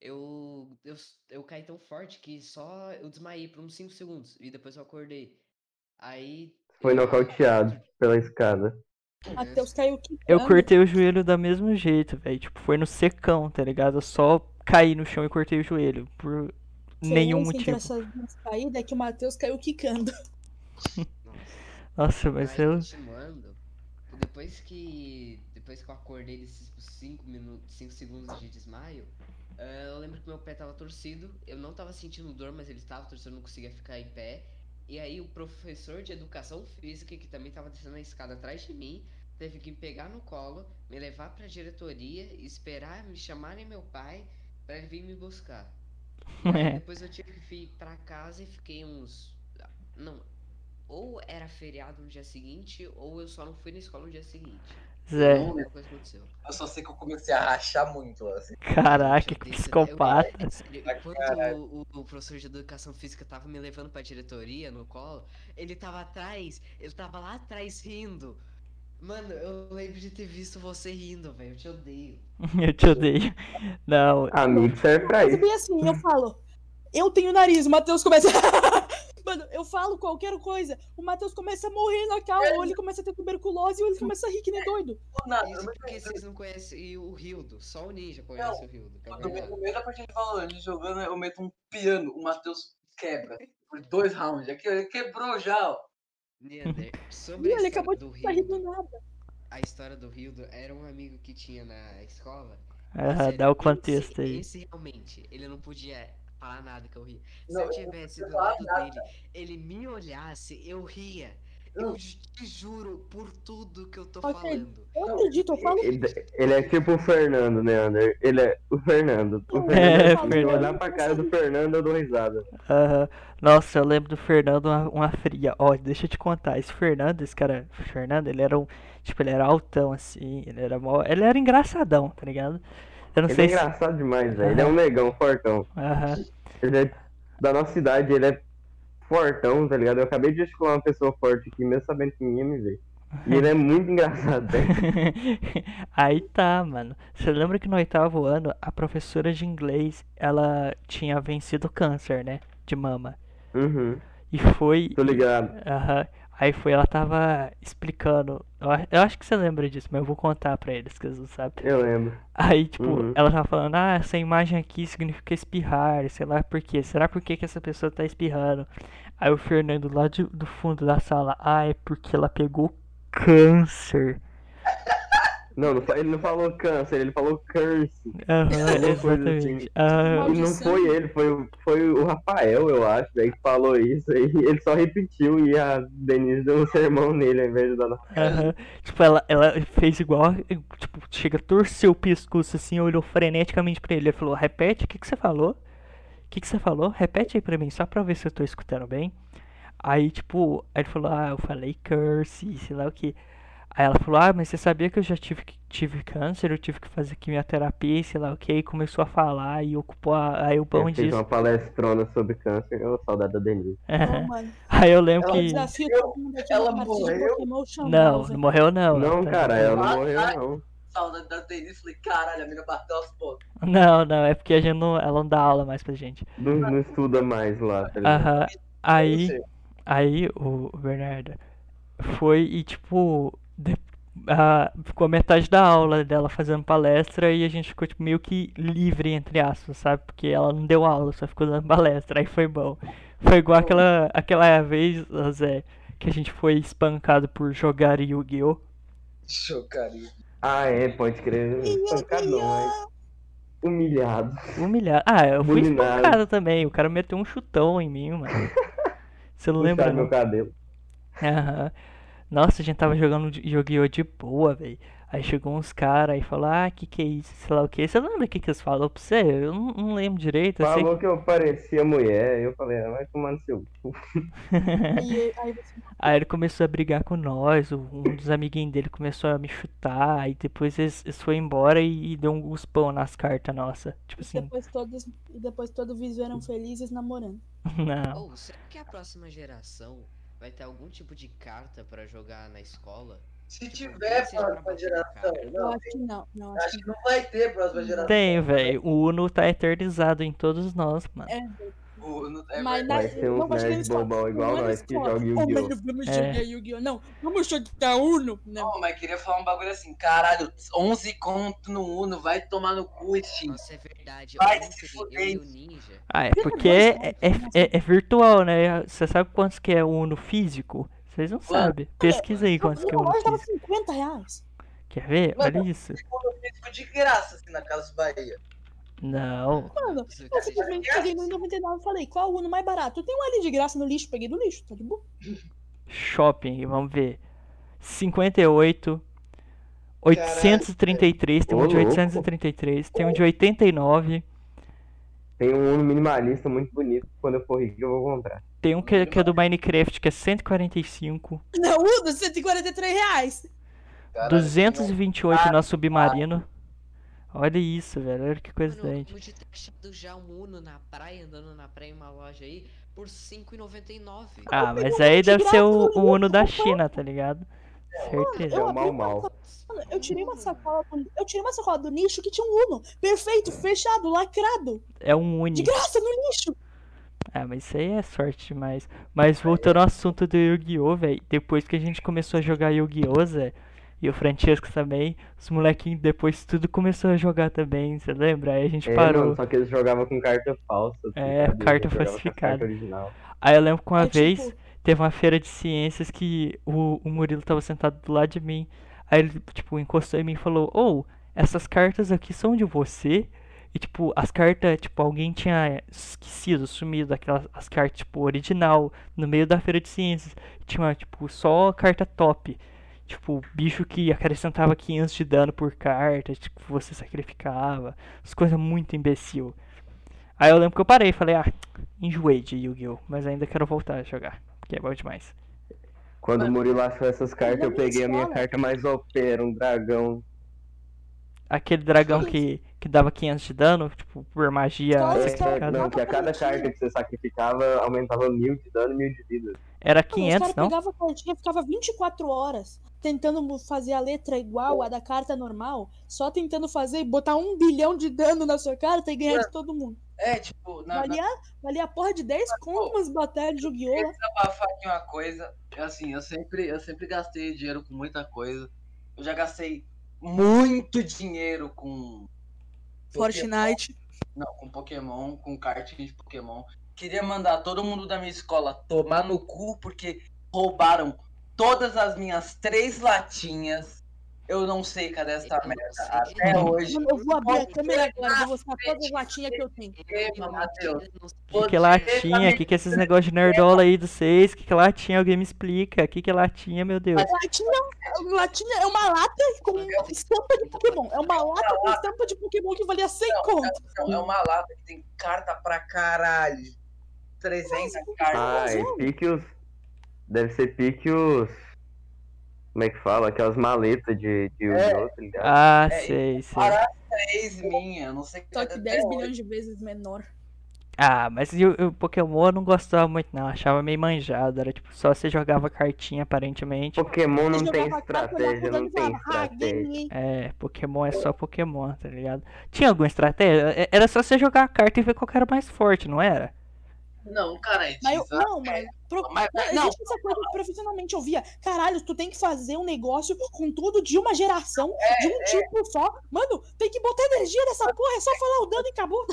eu, eu, s- eu caí tão forte que só eu desmaiei por uns 5 segundos e depois eu acordei. Aí um Foi nocauteado pela escada. É. Matheus caiu Eu quicando. cortei o joelho do mesmo jeito, velho. Tipo, foi no secão, tá ligado? Eu só caí no chão e cortei o joelho. Por nenhum Diferença entre motivo. essas duas caídas é que o Matheus caiu quicando. Nossa, mas eu. continuando, depois que depois que eu acordei desses 5 minutos, 5 segundos de desmaio, eh, eu lembro que meu pé tava torcido, eu não tava sentindo dor, mas ele tava torcido, eu não conseguia ficar em pé. E aí o professor de educação física, que também tava descendo a escada atrás de mim, teve que me pegar no colo, me levar pra diretoria, esperar me chamarem meu pai pra ele vir me buscar. Aí É. Depois eu tive que ir pra casa e fiquei uns. Não. Ou era feriado no dia seguinte, ou eu só não fui na escola no dia seguinte. Zé, Não, Alguma coisa aconteceu. Eu só sei que eu comecei a rachar muito, assim. caraca, Eu que dei- psicopata. eu- é sério, Ah, Enquanto o, o- o professor de educação física tava me levando pra diretoria no colo, ele tava atrás, ele tava lá atrás rindo. Mano, eu lembro de ter visto você rindo, velho. Eu te odeio. Eu te odeio. Não, Amigo serve pra Mas é isso. bem assim, eu falo. Eu tenho nariz, o Matheus começa. Mano, eu falo qualquer coisa. O Matheus começa a morrer na calma, ou ele começa a ter tuberculose, ou ele começa a rir que nem doido. Do nada, Isso no porque vocês não conhecem o Rildo. Só o Ninja conhece o Rildo. que é meio- verdade. no meio da partida de Valorant jogando, eu meto um piano, o Matheus quebra. Por dois rounds. Aqui, ele quebrou já, ó. Neander, sobre Ih, a ele história acabou de do tá rindo do Rildo, nada. a história do Rildo era um amigo que tinha na escola. ah, Sério, dá o esse- contexto aí. Esse realmente, ele não podia falar nada que eu ria. Se Não, eu tivesse do falar lado dele, ele me olhasse, eu ria. Eu Não. ju- te juro por tudo que eu tô Ok. falando. Eu não acredito, eu falo. Ele ele é tipo o Fernando, né, Ander? Ele é o Fernando. O Fernando É, assim, se eu Fernando. olhar pra cara do Fernando, eu dou risada. Aham. Nossa, eu lembro do Fernando, uma, uma fria. Ó, deixa eu te contar. Esse Fernando, esse cara, Fernando, ele era um. Tipo, ele era altão, assim. Ele era mó. Ele era engraçadão, tá ligado? Eu não Ele é sei se. engraçado demais, velho. Ele é um negão, fortão. Aham. Ele é da nossa idade, ele é fortão, tá ligado? Eu acabei de escolar uma pessoa forte aqui, mesmo sabendo que ninguém me vê. E ele é muito engraçado, né? velho. Aí tá, mano. Você lembra que no oitavo ano, a professora de inglês, ela tinha vencido o câncer, né? De mama. Uhum, E foi. tô ligado. Aham. Aí foi, ela tava explicando. Eu a- eu acho que você lembra disso, mas eu vou contar pra eles que eles não sabem. Eu lembro. Aí, tipo, Uhum. ela tava falando, ah, essa imagem aqui significa espirrar, sei lá por quê. Será por que que essa pessoa tá espirrando? Aí o Fernando lá de- do fundo da sala, ah, é porque ela pegou câncer. Não, não fa- ele não falou câncer, ele falou curse. Aham, Alguma É coisa assim. exatamente. Aham, E não Maldição. foi ele, foi, o- foi o Rafael, eu acho, velho, que falou isso. E ele só repetiu e a Denise deu um sermão nele ao invés de dar na aham. Tipo, ela, ela fez igual, tipo, chega, torceu o pescoço assim, olhou freneticamente pra ele. Ele falou, repete, o que que você falou? O que que você falou? Repete aí pra mim, só pra ver se eu tô escutando bem. Aí, tipo, aí ele falou, ah, eu falei curse, sei lá o que. Aí ela falou, ah, mas você sabia que eu já tive, que- tive câncer, eu tive que fazer quimioterapia, e sei lá o que. E começou a falar e ocupou a, aí o bom Ele fez disso. uma palestrona sobre câncer, eu saudade da Denise. Não, mano. Aí eu lembro Ela Eu que... desafio todo mundo aqui Ela na partida de morreu? Pokémon chamar. Não, não morreu não. Não, tá- cara, ela Ah, não morreu, tá. não. Saudade da Denise, falei, caralho, a mina bateu as pontas. Não, não, é porque a gente não, ela não dá aula mais pra gente. Não, não estuda mais lá, tá ligado? Aham. Aí, aí o Bernardo foi e tipo de- ah, ficou a metade da aula dela fazendo palestra e a gente ficou tipo, meio que livre entre aspas, sabe? Porque ela não deu aula, só ficou dando palestra, aí foi bom. Foi igual aquela aquela vez, ô Zé, que a gente foi espancado por jogar Yu-Gi-Oh. Chocaria. Ah, é, pode crer. Espancado não, hein? Humilhado. Humilhado. Ah, eu fui Bullyingado. espancado também. O cara meteu um chutão em mim, mano. Você não lembra, Puxaram não? meu cabelo. Aham. Nossa, a gente tava jogando de- Yu-Gi-Oh! de boa, velho. Aí chegou uns caras e falou, ah, que que é isso, sei lá o que. Você lembra o que que eles falaram pra você? Eu não, não lembro direito, assim. eu sei Falou que eu parecia mulher, eu falei, ah, vai tomar no seu cu. Aí, aí você Aí ele começou a brigar com nós, o- um dos amiguinhos dele começou a me chutar, aí depois eles, eles foram embora e, e deu um guspão nas cartas, nossa. Tipo E assim, depois todos, e depois todos viveram felizes namorando. não. Ou será que a próxima geração vai ter algum tipo de carta pra jogar na escola? Se Tipo, tiver vocês pra próxima bater geração, cara. Eu não, acho que não. não acho acho que não vai ter próxima geração. Tem, velho. O Uno tá eternizado em todos nós, mano. É, O- no- é Mas Vai na- ser uns não, mas que eles nerds falam, bobão igual "Mano, nós que fala, joga "Ô, Yu-Gi-Oh!" mano, vamos É. jogar Yu-Gi-Oh! Não, vamos jogar Uno! né? Não. Não, mas queria falar um bagulho assim, caralho, 11 conto no Uno, vai tomar no cu, Steam. Nossa, é verdade. Vai Ontem se eu fuder. e o Ninja. Ah, é Pelo porque amor de é, Deus, é, é- é virtual, né? Você sabe quantos que é o Uno físico? Vocês não sabem. Pesquisa aí quantos que é Eu o Uno acho que tava físico. 50 reais. Quer ver? Olha isso. Ficou É, de graça, assim, na Casa Bahia. Não. Mano, Isso eu que seja- simplesmente é cheguei no 99 e falei, qual o Uno mais barato? Eu tenho um ali de graça no lixo, peguei do lixo, tá de boa. Shopping, vamos ver. 58. 833, tem um de Ô, louco. 833, tem um de 89, Tem um Uno minimalista muito bonito. Quando eu for rico, eu vou comprar. tem um que, é- que é do Minecraft, que é 145, Não, Uno, 143 reais. Caralho, 228 nosso submarino. Olha isso, velho, olha que coisa Mano, eu doente. pude ter achado já um Uno na praia, andando na praia em uma loja aí, por R$5,99. Ah, peguei mas um aí monte deve ser grátis o, no o Uno da Liverpool. China, tá ligado? Certeza. É Eu o abri mal uma mal. Mano, eu tirei Hum. uma sacola do, eu tirei uma sacola do nicho que tinha um Uno. Perfeito, fechado, lacrado. É um Uni. De graça no lixo. Ah, mas isso aí é sorte demais. Mas voltando ao assunto do Yu-Gi-Oh, velho, depois que a gente começou a jogar Yu-Gi-Oh, Zé, e o Francesco também, os molequinhos depois tudo começou a jogar também, você lembra? Aí a gente É, parou. mano, só que eles jogavam com carta falsa. assim, É, sabe? Eles carta jogavam com a falsificada. Carta original. Aí eu lembro que uma É, vez tipo- teve uma feira de ciências que o, o Murilo tava sentado do lado de mim. Aí ele, tipo, encostou em mim e falou, ô, essas cartas aqui são de você? E tipo, as cartas, tipo, alguém tinha esquecido, sumido aquelas as cartas, tipo, original, no meio da feira de ciências. Tinha, tipo, só carta top. Tipo, bicho que acrescentava 500 de dano por carta, tipo, você sacrificava. As coisas muito imbecil. Aí eu lembro que eu parei e falei, ah, enjoei de Yu-Gi-Oh! Mas ainda quero voltar a jogar, porque é bom demais. Quando o Murilo achou essas cartas, na eu minha peguei a minha escola- carta mais OP, era um dragão. Aquele dragão que, que dava 500 de dano, tipo, por magia tá Nossa, então, É, cara, sacrificada, não, nada que a cada bonitinho. carta que você sacrificava aumentava mil de dano e mil de vida. era Mano, os 500, caras não? pegavam a cartinha e ficava 24 horas tentando mu- fazer a letra igual à da carta normal, só tentando fazer e botar um bilhão de dano na sua carta e ganhar de todo mundo. É, tipo, na, na, Valia, valia a porra de 10 conto umas batalhas de Yu-Gi-Oh! queria lá. desabafar aqui uma coisa. É Assim, eu sempre, eu sempre gastei dinheiro com muita coisa. Eu já gastei muito dinheiro com. Fortnite. Não, com Pokémon, com cartinha de Pokémon. Queria mandar todo mundo da minha escola tomar no cu, porque roubaram todas as minhas três latinhas. Eu não sei cadê essa Eu não merda. sei. Até hoje. Mano, eu vou abrir a câmera agora, eu vou mostrar todas as latinhas que eu tenho. Ema, Matheus. Não sei Você tá Que o lá é. tinha, que que é esses negócios de nerdola aí dos seis, que que lá tinha, alguém me explica, que que lá tinha, meu Deus. Latinha, latinha é uma lata com estampa de Pokémon. É uma lata com estampa de Pokémon que valia 100 conto. Não, é uma lata que tem carta pra caralho. 300 Ah, cartas. é azul. pique os. Deve ser pique os. Como é que fala? Aquelas maletas de, de Yu-Gi-Oh, tá ligado? Ah, É, sei, sei. Para três minha, não sei Só cadê que até 10 hoje. bilhões de vezes menor. Ah, mas e o o Pokémon eu não gostava muito não, achava meio manjado, era tipo, só você jogava cartinha aparentemente. Pokémon não Eu tem jogava a carta, estratégia, olhava não pra tem dentro e falava, "Ah, estratégia. ganhei". É, Pokémon é só Pokémon, tá ligado? Tinha alguma estratégia? É- Era só você jogar a carta e ver qual que era mais forte, não era? Não, cara, é Mas eu, desafio. não, mas, pro, Mas- mas- não, não, existe essa coisa que profissionalmente eu via. Caralho, tu tem que fazer um negócio com tudo de uma geração, É, de um tipo só. Mano, tem que botar energia nessa porra, é só falar o dano e acabou.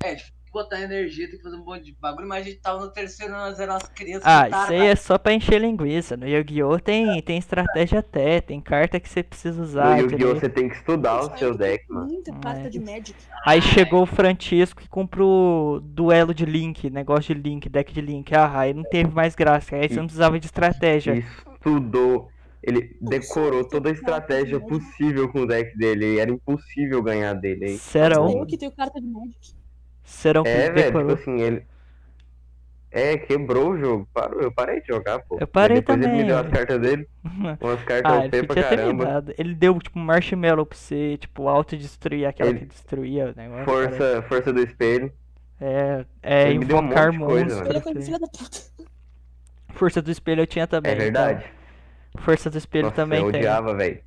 tem que botar energia, tem que fazer um monte de bagulho, mas a gente tava no terceiro ano, nós eram as crianças Ah, taradas. isso aí é só pra encher linguiça. No Yu-Gi-Oh! tem, tem estratégia até, tem carta que você precisa usar. No Yu-Gi-Oh! entendeu? você tem que estudar o seu deck, Ah, mano. Muita é. carta de Magic. Aí chegou o Francisco e comprou duelo de Link, negócio de Link, deck de Link. Ah, aí não teve mais graça. Aí você não precisava de estratégia. Estudou. Ele decorou sim, toda a tem carta estratégia de possível com o deck dele. e Era impossível ganhar dele. hein? Eu Serão, um que tenho carta de Magic. serão que É, velho, tipo decorou. assim, ele. É, quebrou o jogo. Parou, eu parei de jogar, pô. Eu parei Mas depois ele também, me deu as velho. cartas dele. Umas cartas Ah, ele OP pra podia ter me caramba. dado. Ele deu, tipo, um marshmallow pra você, tipo, autodestruir aquela Ele- que destruía o negócio. parece. Força, força do espelho. É, é Ele me deu um invocar monte de coisa, mano. Olha monstro. é coisa de tem. filha da puta. Força do espelho eu tinha também. É então. verdade. Força do espelho Nossa, também eu tem. odiava, velho.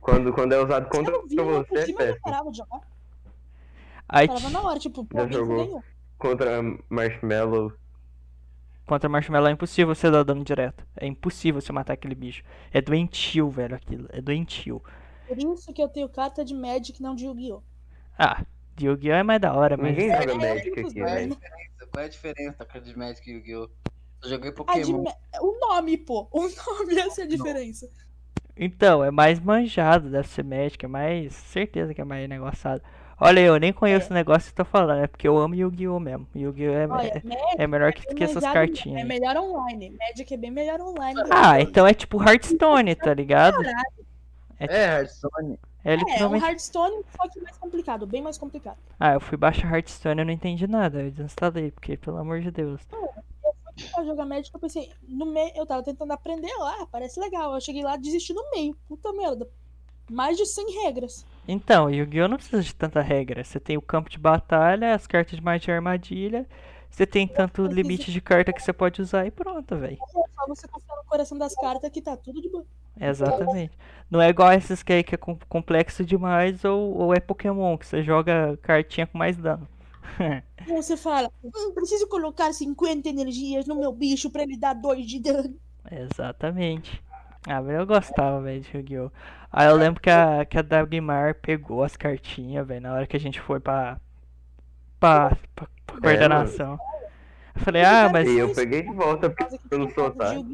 Quando, quando é usado Eu contra não vi, eu não você, curti, mas eu péssimo. parava de jogar. Aí Parava ti- na hora, tipo, pô, Já alguém jogou. ganhou. contra Marshmallow. Contra Marshmallow é impossível você dar dano direto. É impossível você matar aquele bicho. É doentio, velho, aquilo. É doentio. Por isso que eu tenho carta de Magic, não de Yu-Gi-Oh! Ah, de Yu-Gi-Oh! é mais da hora, mas. Ninguém joga É, Magic eu aqui, uso, velho. Qual é a diferença da Card Magic e Yu-Gi-Oh? Eu joguei Ah, de Pokémon. ma- O nome, pô. O nome, essa é a diferença. Então, é mais manjado, deve ser Magic, é mais. Certeza que é mais negociado. Olha, eu nem conheço o negócio que eu tô falando, é porque eu amo Yu-Gi-Oh! mesmo. Yu-Gi-Oh! é, Olha, é, é melhor que, que essas manjado mesmo, É cartinhas. melhor online. Magic é bem melhor online. Ah, então é tipo Hearthstone, tá ligado? É, Hearthstone. É É, é um literalmente. Hardstone, só que mais complicado, bem mais complicado. Ah, eu fui baixar Hearthstone e eu não entendi nada. Eu desinstalei, porque, pelo amor de Deus. Pra jogar Magic, eu pensei, no meio, eu tava tentando aprender lá, parece legal. Eu cheguei lá, desisti no meio, puta merda. Mais de 100 regras. Então, Yu-Gi-Oh! não precisa de tanta regra. Você tem o campo de batalha, as cartas de magia e armadilha. Você tem tanto mas limite de carta que você pode usar e pronto, velho. É só você confiar no coração das cartas que tá tudo de boa. Exatamente. Não é igual esses que aí que é com- complexo demais ou, ou é Pokémon, que você joga cartinha com mais dano. E Então você fala, hum, preciso colocar 50 energias no meu bicho pra ele dar 2 de dano. Exatamente. Ah, mas eu gostava, velho, de Yu-Gi-Oh! Aí eu lembro que a, que a Dagmar pegou as cartinhas, velho, na hora que a gente foi pra. pra, pra, pra coordenação. Eu falei, ah, mas. E eu peguei de volta, porque eu não sou otário.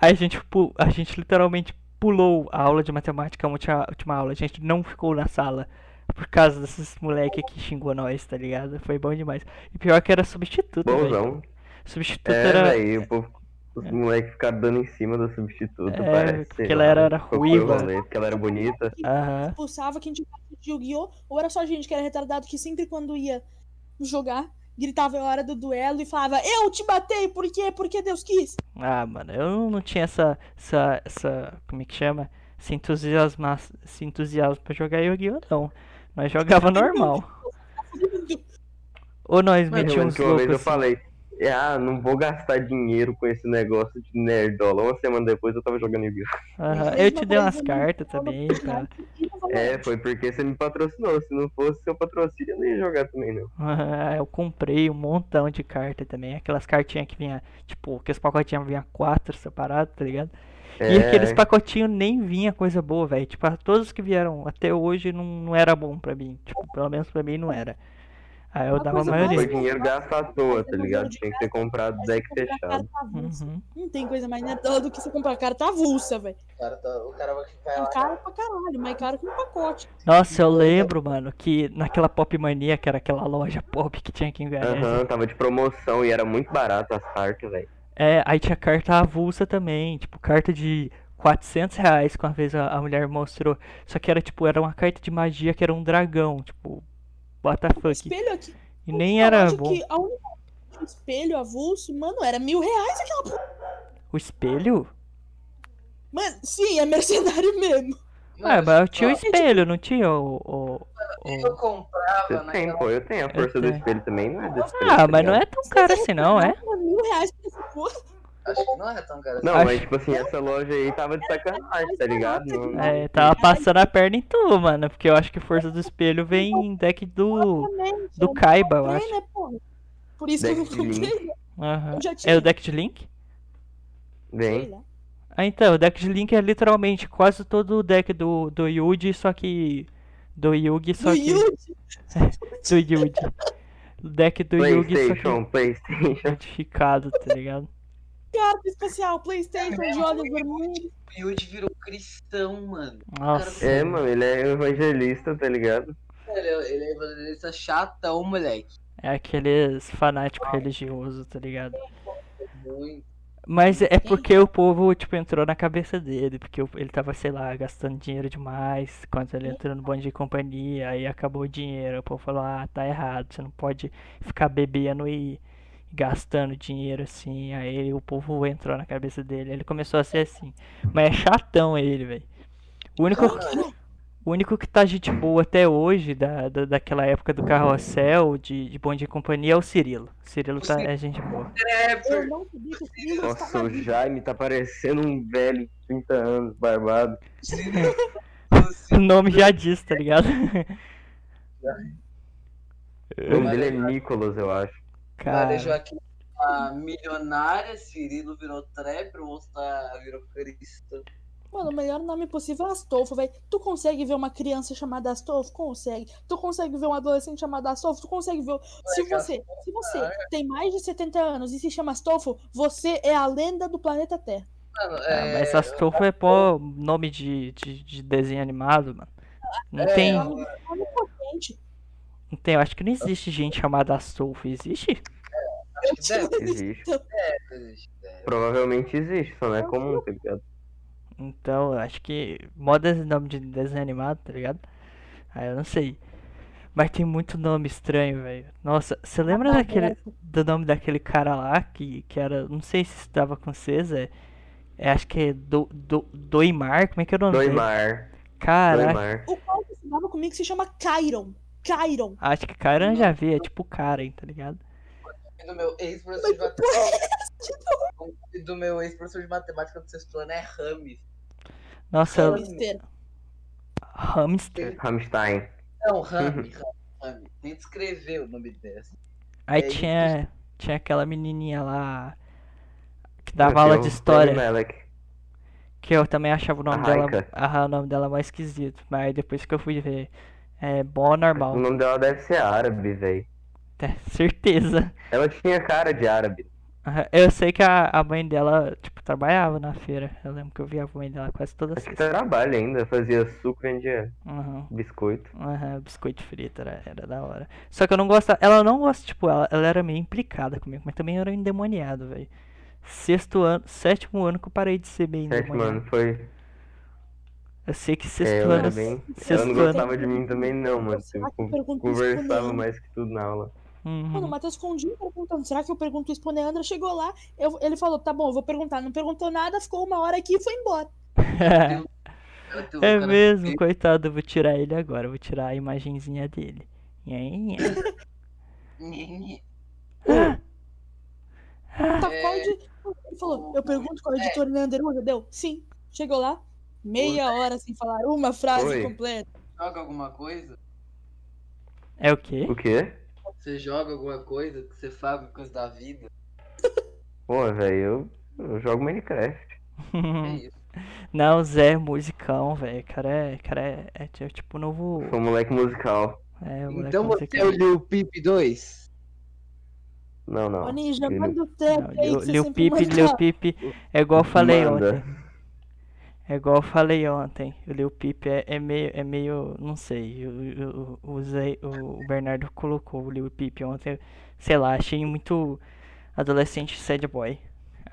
Aí a gente, pu- a gente literalmente pulou a aula de matemática, a última, a última aula. A gente não ficou na sala por causa desses moleque que xingou nós, tá ligado? Foi bom demais. E pior que era substituto, velho. é Bonzão. Substituto É, era. daí o povo. Os moleques ficaram dando em cima do substituto, É, parece. porque sei ela lá, era- era qual foi o ruiva. rolê, Porque ela era bonita. Aham. Expulsava quem tinha carta de Yu-Gi-Oh! Ou era só gente que era retardado que sempre quando ia jogar, gritava a hora do duelo e falava, eu te batei, por quê? Porque Deus quis. Ah, mano, eu não tinha essa. essa. essa. como é que chama? Se entusiasmar. Se entusiasmo pra jogar Yu-Gi-Oh! não. Nós jogava normal. Tá Ou nós Mas eu lembro metíamos que uma vez loucos. eu assim. falei, ah, não vou gastar dinheiro com esse negócio de nerdola. Uma semana depois eu tava jogando yu Aham, Mas Eu uma te dei coisa umas não cartas é uma também, oportunidade cara. e não valoriza. É, foi porque você me patrocinou. Se não fosse seu patrocínio, eu não ia jogar também, não. Ah, eu comprei um montão de carta também. Aquelas cartinhas que vinha, tipo, que os pacotinhos vinha quatro separados, tá ligado? E É. aqueles pacotinhos nem vinha coisa boa, velho. Tipo, a- todos que vieram até hoje não, não era bom pra mim. Tipo, pelo menos pra mim não era. Aí eu Uma dava a coisa Foi maioria. mais- dinheiro gasto à toa, tá Mas eu ligado? não Tinha é que ter comprado Mas deck comprar fechado. carta avulsa. Uhum. Não tem coisa mais nerdola do que você comprar carta avulsa, velho. O cara, tá, o cara vai ficar É lá. caro pra caralho, mais caro que um pacote. Nossa, eu lembro, mano, que naquela Pop Mania, que era aquela loja pop que tinha aqui em Goiânia, Aham, tava de promoção e era muito barato as cartas, velho. É, aí tinha carta avulsa também, tipo, carta de 400 reais, que uma vez a, a mulher mostrou. Só que era, tipo, era uma carta de magia que era um dragão, tipo, what the fuck. Espelho aqui. E nem eu era acho bom. que a única um espelho avulso, mano, era mil reais aquela porra. O espelho? Mano, sim, é mercenário mesmo. Ah, mas eu tinha o eu, espelho, não tinha o... o- o- eu comprava Você tem, naquela. pô, eu tenho a força do tenho. espelho também, não é do espelho. Ah, tá mas não ligado? é tão caro assim não, é? Mano, Mil reais pra essa porra. Acho que não é tão caro. Não, Acho- mas tipo assim, essa loja aí tava de sacanagem, tá ligado? Não- não- É, tava passando a perna em tu, mano, porque eu acho que força do espelho vem em deck do... Exatamente. do Kaiba, eu Eu acho. comprei, né, porra? Por isso que eu não Deck de comprei. né? Aham. Eu já É o tinha. deck de Link? sei Vem. lá. Ah, então, o deck de Link é literalmente quase todo o deck do, do Yugi, só que. Do Yugi, só Do que. Yuji. Do Yugi. O deck do Yugi, só que. PlayStation, PlayStation. Modificado, tá ligado? Carta especial, Playstation, É, jogos vermelhos. O Yuji virou cristão, mano. Nossa. É, mano, ele é evangelista, tá ligado? Ele, é- ele é evangelista chatão, moleque. É aqueles fanáticos religiosos, tá ligado? Muito. Mas é porque o povo, tipo, entrou na cabeça dele, porque o- ele tava, sei lá, gastando dinheiro demais quando ele entrou no bonde de companhia, aí acabou o dinheiro, o povo falou, ah, tá errado, você não pode ficar bebendo e gastando dinheiro assim, aí o povo entrou na cabeça dele, ele começou a ser assim. Mas é chatão ele, velho. O único, o único que tá gente boa até hoje, da, da- daquela época do carrossel, de, de bonde de companhia, é o Cirilo. O Cirilo tá, é gente boa. Eu Trapper. não sabia que o Cirilo Nossa, estava o vivo. Jaime tá parecendo um velho de 30 anos, barbado. O nome já diz, tá ligado? O nome dele é Nicolas, eu acho. Cara, Deixou aqui uma milionária, Cirilo virou trap, o outro tá, virou cristão. Mano, o melhor nome possível é Astolfo, velho. Tu consegue ver uma criança chamada Astolfo? Consegue. Tu consegue ver um adolescente chamado Astolfo? Tu consegue ver. Se você, se você tem mais de 70 anos e se chama Astolfo, você é a lenda do planeta Terra. Mano, ah, é, mas Astolfo é pô nome de, de, de desenho animado, mano. Não É, tem. mano. Olha o potente. Não tem, eu acho que não existe gente chamada Astolfo. Existe? acho que deve né, Existe. existir. Provavelmente existe, só não é comum, tá ligado? Então, eu acho que moda esse nome de desenho animado, tá ligado? Aí eu não sei. Mas tem muito nome estranho, velho. Nossa, você lembra daquele, do nome daquele cara lá que, que era. Não sei se estava com vocês, é. é, acho que é do, do, Doimar, como é que é o nome dele? Doimar. Caraca, Doimar. O cara que estudava comigo se chama Kyron. Kyron. acho que Karen já vi, é tipo Karen, tá ligado? do meu ex-professor de é matemática. O nome do meu ex-professor de matemática do sexto ano é Rames. É, Nossa, Sim. Besteira. hamster. Hamstein. Não, Rami, Rami, Rami. Nem descreveu o nome dessa. Aí É, tinha, tinha aquela menininha lá que Meu dava aula de Deus, história. Rami Malek. Que eu também achava o nome A dela, Raika. ah, o nome dela mais esquisito. Mas aí depois que eu fui ver, é bom normal. O nome dela deve ser árabe, velho. Tá, certeza. Ela tinha cara de árabe. Ah, Eu sei que a, a mãe dela, tipo, trabalhava na feira. Eu lembro que eu via a mãe dela quase toda Acho que sexta. trabalha ainda, fazia suco, vendia Aham. biscoito. Aham, biscoito frito era, era da hora. Só que eu não gostava. Ela não gosta, tipo, ela, ela era meio implicada comigo, mas também eu era um endemoniado, velho. Sexto ano, sétimo ano que eu parei de ser meio Certo, endemoniado. mano, foi. Eu sei que É, sexto eu era ano. bem. Ela não Sexto ano. gostava de mim também, não, mano. Será Eu que eu pergunto isso pro conversava Leandro? mais que tudo na aula. Mano, Uhum. o Matheus ficou um dia perguntando, será que eu pergunto isso pro Neandra? Chegou lá, eu- ele falou, tá bom, eu vou perguntar. Não perguntou nada, ficou uma hora aqui e foi embora. Cara, tem um É cara mesmo, feio. coitado, eu vou tirar ele agora, eu vou tirar a imagenzinha dele. Nhenhen. Tá, É. qual edi- Ele falou, eu pergunto É. qual é editor Leander usa? Deu? Sim. Chegou lá, meia hora sem falar uma frase Oi. completa. Joga alguma coisa? É o quê? O quê? Você joga alguma coisa que você sabe coisa da vida? Pô, velho, eu, eu jogo Minecraft. Hum, É isso. Não, Zé, é musicão, velho. Cara, é, cara é, é ti- é tipo o novo. Sou um moleque musical. É, o moleque Então você é musical. o Lil Peep 2? Não, não. Ô, Ninja, Ele- manda o Não, trap aí Lil- que é você Lil sempre Peep, manda. Lil Peep. É igual eu falei Manda. ontem. É igual eu falei ontem. O Lil Peep é, é meio. É meio. Não sei. O, o, o, Zé- o- o Bernardo colocou o Lil Peep ontem. Sei lá, achei muito adolescente sad boy.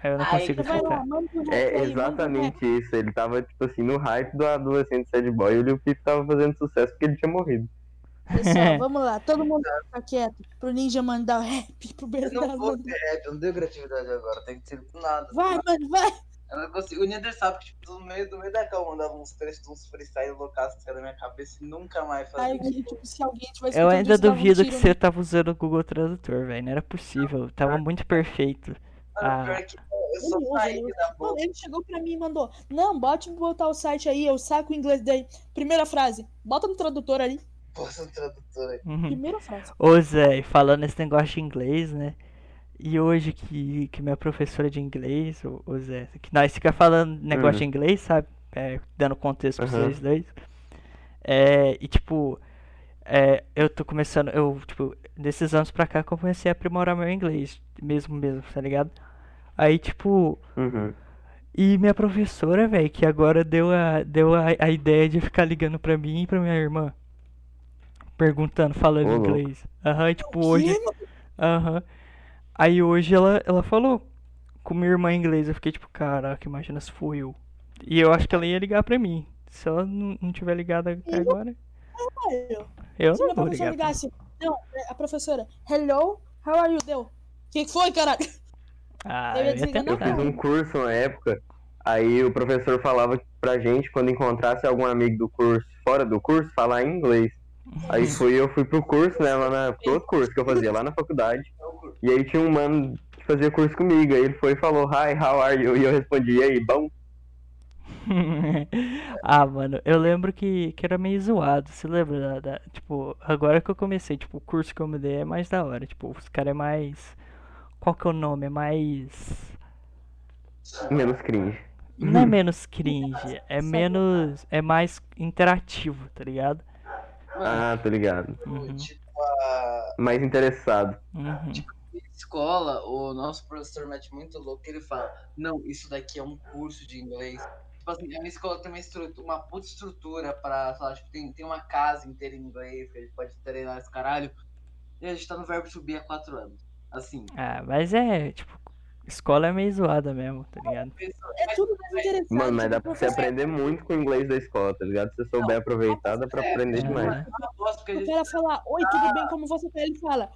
Aí eu não Ai, consigo Vai escutar. lá, manda o rap aí, É manda o rap. exatamente isso. Ele tava, tipo assim, no hype do adolescente sad boy e o Lil Peep tava fazendo sucesso porque ele tinha morrido. Pessoal, vamos lá, todo mundo fica quieto pro Ninja mandar o rap pro Eu não Bernardo. vou mandar- ter rap, eu não tenho criatividade agora, tem que ser do nada. Vai, mano, vai. Eu não consigo. O Nether sabe que tipo, do meio, do meio da calma mandava uns trechos, uns freestyle loucaços que saia da minha cabeça e nunca mais fazia. Aí, tipo, se alguém tivesse Eu escutando ainda isso, dava um duvido que tiro Ah. você tava usando o Google Tradutor, velho. Não era possível. Tava muito perfeito. Mano, Ah. pior que eu, eu Ele só usa, saí ele da boca. Mano, ele chegou pra mim e mandou: Não, bote botar o site aí, eu saco o inglês daí. Primeira frase, bota no tradutor ali. Poxa, um tradutor aí. Uhum. Primeira frase. Ô Zé, e falando esse negócio de inglês, né? E hoje que, que minha professora é de inglês, ô, ô Zé, que nós fica falando negócio Hum. de inglês, sabe? É, dando contexto pra Aham. vocês dois. É, e tipo, é, eu tô começando, eu, tipo, desses anos pra cá que eu comecei a aprimorar meu inglês, mesmo mesmo, tá ligado? Aí, tipo, Uhum. E minha professora, velho, que agora deu, a, deu a, a ideia de ficar ligando pra mim e pra minha irmã. Perguntando, falando Ô, louco. inglês. Aham, e, tipo, Que, hoje. mano? Aham. Aí hoje ela, ela falou com minha irmã em inglês. Eu fiquei tipo, caraca, imagina se for eu. E eu acho que ela ia ligar pra mim. Se ela não, não tiver ligada agora. Caralho. Eu Se não minha vou professora ligar. pra- ligasse, não, é, a professora, hello, how are you? Deu. Que que foi, caralho? Ah, Eu ia eu ia desligar na Eu fiz tentar. um curso na época, aí o professor falava pra gente, quando encontrasse algum amigo do curso fora do curso, falar em inglês. Aí fui, eu fui pro curso, né? Lá na, pro outro curso que eu fazia, lá na faculdade. E aí tinha um mano que fazia curso comigo. Aí ele foi e falou, hi, how are you? E eu respondi, e aí, bom? ah, mano, eu lembro que, que era meio zoado, você lembra? da- da- tipo, agora que eu comecei, tipo, o curso que eu me dei é mais da hora. Tipo, os caras é mais. Qual que é o nome? É mais. Menos cringe. Não é menos cringe, é menos. É mais interativo, tá ligado? Mano, Ah, tô ligado. Uhum. tipo, a Mais interessado. Uhum. escola, o nosso professor mete muito louco, ele fala, não, isso daqui é um curso de inglês. Tipo assim, a minha escola tem uma, estrutura, uma puta estrutura pra, sei lá, tipo, tem, tem uma casa inteira em inglês, que a gente pode treinar esse caralho. E a gente tá no verbo subir há quatro anos. Assim, Ah, mas é, tipo, escola é meio zoada mesmo, tá ligado? É tudo mais interessante. né? Mano, mas dá pra você professor. aprender muito com o inglês da escola, tá ligado? Se você souber aproveitar, dá pra aprender É. demais. eu gosto que a O gente cara fala, oi, tudo bem, como você tá? Ele fala,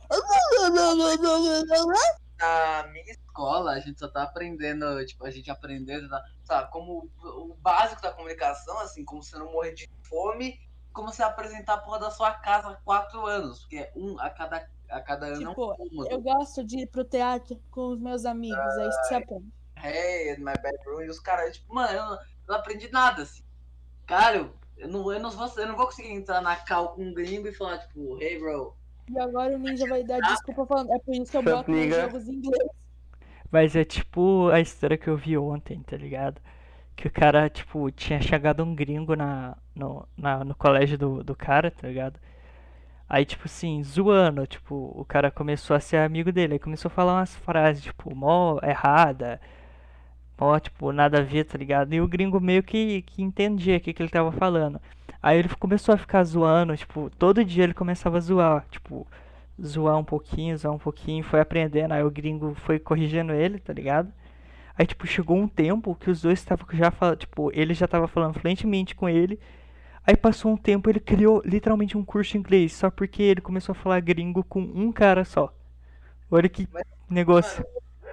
na minha escola, a gente só tá aprendendo, tipo, a gente aprendendo, tá, sabe, como o o básico da comunicação, assim, como você não morrer de fome, como você apresentar a porra da sua casa há quatro anos, porque é um a cada, a cada ano é um Tipo, cômodo. eu gosto de ir pro teatro com os meus amigos, aí isso se aprende. Hey, in my bedroom, e os caras, tipo, mano, eu não, eu não aprendi nada, assim. Cara, eu- eu não, eu, não vou, eu não vou conseguir entrar na cal com um gringo e falar, tipo, hey, bro, E agora o Ninja vai dar desculpa falando, é por isso que eu Shut boto meus nigga. jogos em inglês. Mas é tipo a história que eu vi ontem, tá ligado? Que o cara, tipo, tinha chegado um gringo na, no, na, no colégio do, do cara, tá ligado? Aí, tipo assim, zoando, tipo, o cara começou a ser amigo dele, aí começou a falar umas frases, tipo, mó errada, mó, tipo, nada a ver, tá ligado? E o gringo meio que, que entendia o que, que ele tava falando. Aí ele começou a ficar zoando, tipo, todo dia ele começava a zoar, tipo, zoar um pouquinho, zoar um pouquinho, foi aprendendo, aí o gringo foi corrigindo ele, tá ligado? Aí, tipo, chegou um tempo que os dois estavam já falando, tipo, ele já tava falando fluentemente com ele. Aí passou um tempo, ele criou literalmente um curso de inglês, só porque ele começou a falar gringo com um cara só. Olha que Mas- negócio.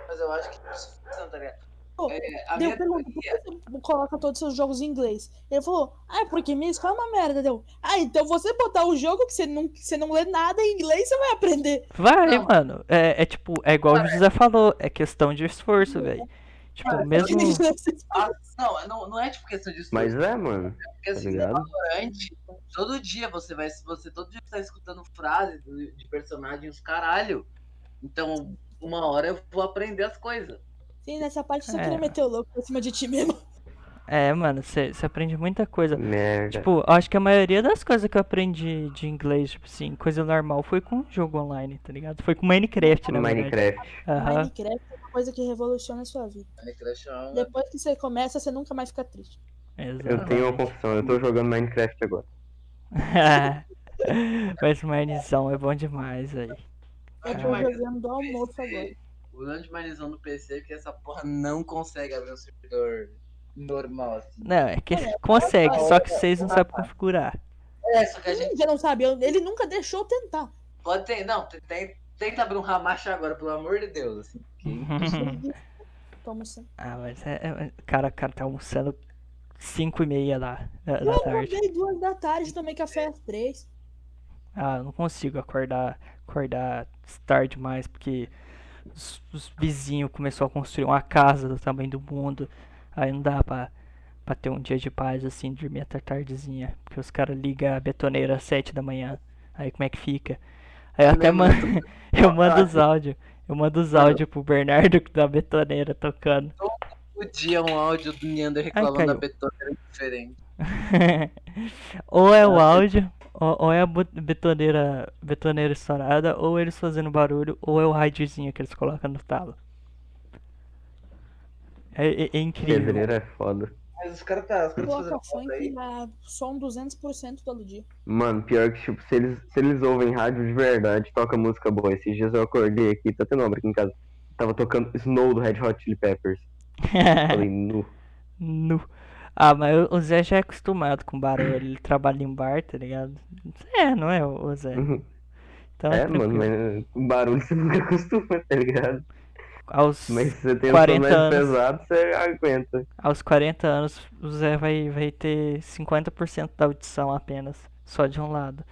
mas eu acho que isso é suficiente, tá ligado? Pô, É, a Daí minha eu pergunto, por que você coloca todos os seus jogos em inglês? Ele falou, ah, é porque minha escola é uma merda. Deu, ah, então você botar o jogo que você não, que você não lê nada em inglês, você vai aprender. Vai, Não. mano. É, é tipo, é igual o José falou, é questão de esforço, velho. Tipo, mesmo. assim. Não, não, não é tipo questão disso. Mas é, mano. porque, Tá assim, ligado? ignorante, todo dia você vai, você todo dia tá escutando frases de de personagem os caralho. Então, uma hora eu vou aprender as coisas. Sim, nessa parte eu só É. queria meter o louco pra cima de ti mesmo. É, mano, você aprende muita coisa. Merda. Tipo, acho que a maioria das coisas que eu aprendi de inglês, tipo assim, coisa normal, foi com jogo online, tá ligado? Foi com Minecraft, na verdade. Minecraft. Aham. Minecraft é uma coisa que revoluciona a sua vida. Minecraft é uma- Depois que você começa, você nunca mais fica triste. né? Eu tenho uma confissão, eu tô jogando Minecraft agora. Exatamente. Mas Minezão é bom demais aí. É Eu tô Caralho. jogando do almoço agora. O grande marizão do PC é que essa porra não consegue abrir um servidor normal, assim. Não, é que consegue, só que vocês não sabem configurar. É, só que a gente Ele já não sabe, eu- ele nunca deixou eu tentar. pode ter. Não, tem- tem- tenta abrir um Ramacha agora, pelo amor de Deus, assim. Hum. Uhum. Tô almoçando. ah, mas é. é- Cara, o cara tá almoçando 5 e meia lá da, Eu da tarde. acordei duas da tarde, tomei café às três. Ah, eu não consigo acordar, acordar tarde demais, porque os, os vizinhos começaram a construir uma casa do tamanho do mundo. Aí não dá pra, pra ter um dia de paz assim, dormir até tardezinha. Porque os caras ligam a betoneira às sete da manhã. Aí como é que fica? Aí eu até Não, mando, eu mando os áudios. Eu mando os áudios pro Bernardo da betoneira tocando. O dia um áudio do Neander Ai, reclamando da caiu. betoneira diferente. Ou é Ah, o áudio, ou, ou é a bo- betoneira, betoneira estourada, ou eles fazendo barulho, ou é o radiozinho que eles colocam no talo. É, é- é incrível. Pedreiro é foda. Mas os caras tá, os caras Coloca fazendo foto aí. funk a som 200% todo dia. Mano, pior que, tipo, se eles, se eles ouvem rádio de verdade, toca música boa. Esses dias eu acordei aqui, tá tendo obra aqui em casa. Tava tocando Snow do Red Hot Chili Peppers. É. Falei, nu. Nu. Ah, mas o- o Zé já é acostumado com barulho, ele trabalha em bar, tá ligado? É, não é o o Zé. Então é Uhum. É, mano, tranquilo. mas com barulho você nunca acostuma, tá ligado? Aos, Mas se você tem um 40 som mais anos. pesado, você aguenta. É, aos 40 anos, o Zé vai, vai ter 50% da audição apenas, só de um lado.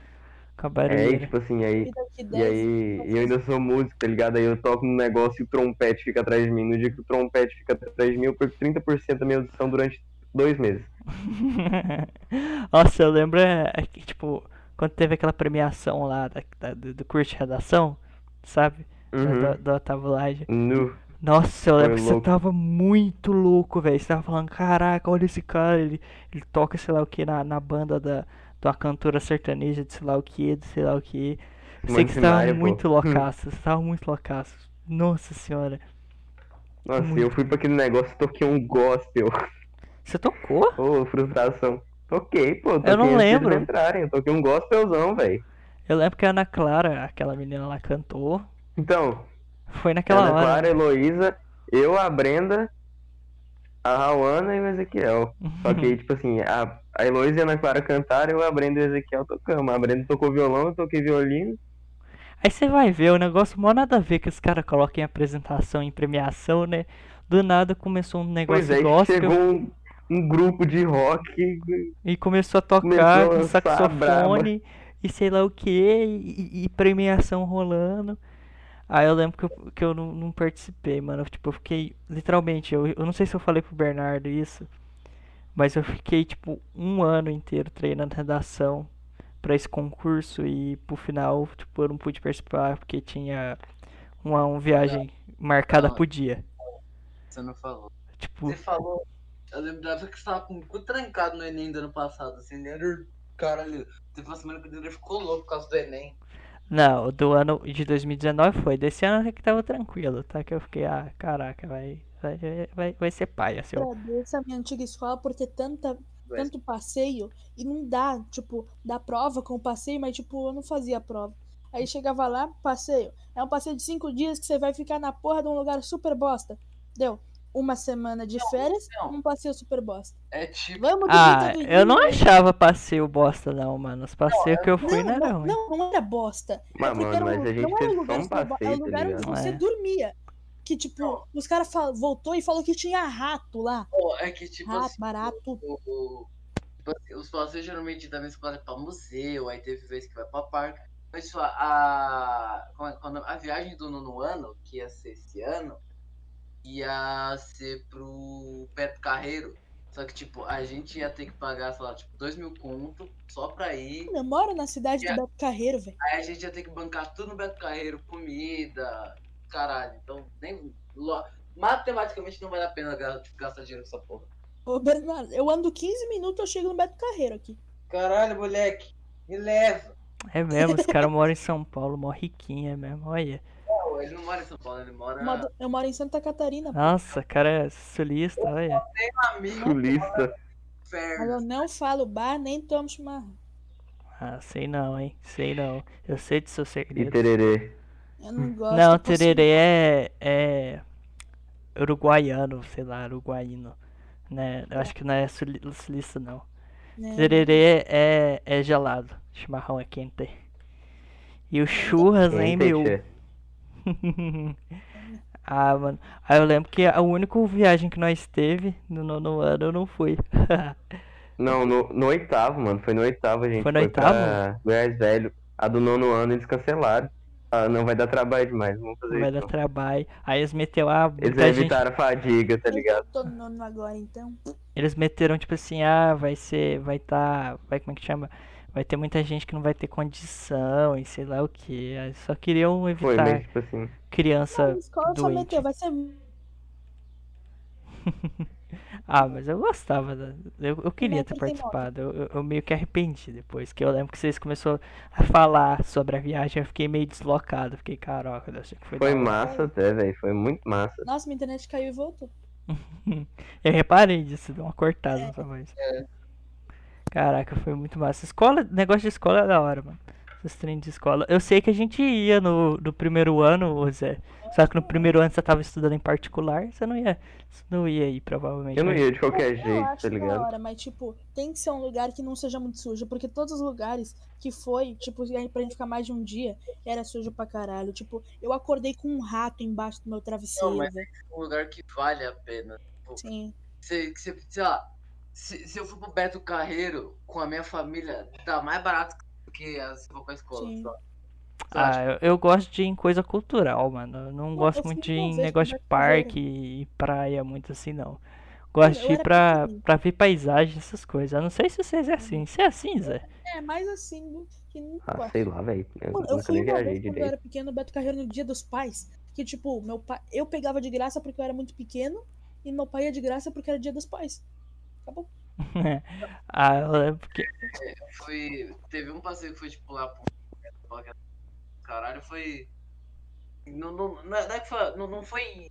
Com a É, e, barulheira. tipo assim, aí. E daqui E 10 aí, eu ainda sou músico, tá ligado? Aí eu toco um negócio e o trompete fica atrás de mim. No dia que o trompete fica atrás de mim, eu perco 30% da minha audição durante dois meses. Nossa, eu lembro, é, é que, tipo, quando teve aquela premiação lá da, da- do, do curso de redação, sabe? Uhum. Da, da Otávio Lage. Nu. Nossa, eu Foi lembro que você louco. tava muito louco, velho. Você tava falando, caraca, olha esse cara, ele, ele toca sei lá o que na, na banda da, de uma cantora sertaneja de sei lá o que, de sei lá o que. Eu sei Mano, que você tava Simaria, pô. muito loucaço, você tava muito loucaço. Nossa senhora. Nossa, Muito. eu fui pra aquele negócio e toquei um gospel. Você tocou? Ô, frustração. Toquei, pô. Toquei não antes deles lembro. entrarem. Eu toquei um gospelzão, velho. Eu lembro que a Ana Clara, aquela menina lá, cantou. Então, Foi naquela Ana hora. Clara, Heloísa, eu, a Brenda, a Rauana e o Ezequiel. Só que, aí, tipo assim, a, a Heloísa e a Ana Clara cantaram, eu, a Brenda e o Ezequiel tocamos. A Brenda tocou violão, eu toquei violino. Aí você vai ver, o negócio mó nada a ver que os caras colocam em apresentação, em premiação, né? Do nada começou um Pois negócio é, gospel chegou um, um grupo de rock. e começou a começou a tocar com lançar a saxofone e sei lá o que, e, e premiação rolando. Aí eu lembro que eu, que eu não, não participei, mano. Eu, tipo, eu fiquei, literalmente, eu, eu não sei se eu falei pro Bernardo isso, mas eu fiquei, tipo, um ano inteiro treinando redação pra esse concurso e pro final, tipo, eu não pude participar porque tinha uma, uma viagem marcada Não. pro dia. Você não falou. Tipo, Você falou. Eu lembro da época que você tava com o cu trancado no Enem do ano passado. Assim, né? Era- Caralho, teve uma semana que o Dendro ficou louco por causa do Enem. Não, o do ano de 2019 foi. Desse ano até que tava tranquilo, tá? Que eu fiquei, ah, caraca, vai, vai, vai, vai ser paia, Então, seu. Agradeço a minha antiga escola por ter tanta, tanto passeio e não dá, tipo, dá prova com o passeio, mas tipo, eu não fazia prova. Aí chegava lá, passeio. É um passeio de cinco dias que você vai ficar na porra de um lugar super bosta. Deu uma semana de férias, não. um passeio super bosta. É tipo. Vamos Ah, dormir todo eu não dia. achava passeio bosta, não, mano. Os passeios que né, eu fui não não, não, eram, ruim. não, não era bosta. É Mas, porque Ah, mano, era um- mas a gente não era teve um só lugar um de trabalho, era um passeio, tá lugar onde ligado? você É. dormia. Que, tipo, os caras fal- voltou e falou que tinha rato lá. Pô, é que tipo Rato, assim. barato. o- o- tipo assim, os passeios geralmente da minha escola é pra museu, aí teve vez que vai pra parque. Mas tipo, a, como é- quando- a viagem do nono ano, que ia ser esse ano, ia ser pro Beto Carreiro. Só que, tipo, a gente ia ter que pagar, sei lá, tipo, dois mil conto só pra ir. Eu moro na cidade do É. Beto Carreiro, velho. Aí a gente ia ter que bancar tudo no Beto Carreiro, comida, caralho. Então, nem. lo- Matematicamente não vale a pena ga- gastar dinheiro com essa porra. Ô, Bernardo, eu ando 15 minutos, eu chego no Beto Carreiro aqui. Caralho, moleque, me leva. É mesmo, os caras moram em São Paulo, mó riquinha mesmo, olha. Não, ele não mora em São Paulo, ele É. mora Eu moro- Eu moro em Santa Catarina, pô. Nossa, cara é sulista, olha. na minha Sulista. mas eu inferno. não falo bar, nem tomo chimarrão. Ah, sei não, hein? Sei não. Eu sei de seu E segredo. tererê. Eu não gosto. Hum. Não, eu posso- tererê é, é uruguaiano, sei lá, uruguaíno, né? Eu acho que não é suli- sulista, não. né? Tererê é, é gelado, chimarrão é quente. E o churras, hein, Quem tem meu? tchê? ah, mano. Aí eu lembro que a única viagem que nós teve no nono ano eu não fui. Não, no, no oitavo, mano. Foi no oitavo, a gente. Foi no Pra Goiás Velho. A do nono ano eles cancelaram. Ah, não vai dar trabalho demais. Vamos fazer Vai isso. dar não. trabalho. Aí eles meteu a Eles muita gente evitaram a fadiga, tá Eu ligado? tô no nono agora, então. Eles meteram tipo assim, ah, vai ser, vai tá, vai como é que chama? Vai ter muita gente que não vai ter condição e sei lá o que. Só queriam Foi, evitar mas tipo assim. criança A escola só doente. meteu, vai ser. Ah, mas eu gostava, da- eu, eu queria ter 89. participado. Eu, eu- eu meio que arrependi depois, que eu lembro que vocês começaram a falar sobre a viagem, eu fiquei meio deslocado, fiquei caraca, eu achei que foi, Foi da hora." massa até, velho. Foi muito massa. Nossa, minha internet caiu e voltou. Eu reparei disso, deu uma cortada na sua voz. É. Caraca, foi muito massa. Escola, negócio de escola é da hora, mano. Esses treinos de escola. Eu sei que a gente ia no, no primeiro ano, ô Zé. Só que no primeiro ano você tava estudando em particular, você não ia. Você não ia aí, provavelmente. Eu não mas- ia de qualquer Eu jeito, acho tá da ligado? hora, mas tipo, tem que ser um lugar que não seja muito sujo, porque todos os lugares que foi, tipo, e aí pra gente ficar mais de um dia, era sujo pra caralho. Tipo, eu acordei com um rato embaixo do meu travesseiro, mas- velho. Um lugar que vale a pena. Sim. Se, se, sei lá, se, se eu for pro Beto Carreiro com a minha família, tá mais barato do que a- se for com a escola. Sim. Só. Só Ah, eu, eu gosto de ir em coisa cultural, mano. Eu não Não, gosto eu muito fui de ir uma em vez negócio de pro Beto Carreiro. parque e praia, muito assim, não. Gosto Eu de ir era pra, pequenininho. Uhum. pra ver paisagem, essas coisas. Eu não sei se vocês é assim. Você é assim, Zé? É, mas assim, que não Ah, sei lá, velho. Eu Mano, eu nunca fui nem uma viajei vez quando eu direito. era pequeno, Beto Carreiro no dia dos pais. Que, tipo, meu pai. Eu pegava de graça porque eu era muito pequeno. E meu pai ia de graça porque era dia dos pais. Acabou. Ah, eu lembro que. Foi. Teve um passeio que foi tipo lá pro. Caralho, foi. Não, não, não é não é que foi. Não, não foi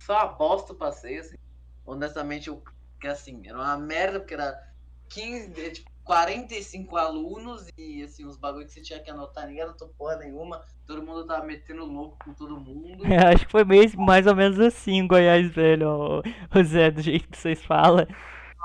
só uma bosta o passeio, assim. Honestamente, eu. Que assim, era uma merda, porque era 15, é, tipo, 45 alunos e assim, os bagulho que você tinha que anotar, ninguém anotou porra nenhuma, todo mundo tava metendo louco com todo mundo. Acho que foi meio, mais ou menos assim em Goiás, velho. O, o Zé, do jeito que vocês falam.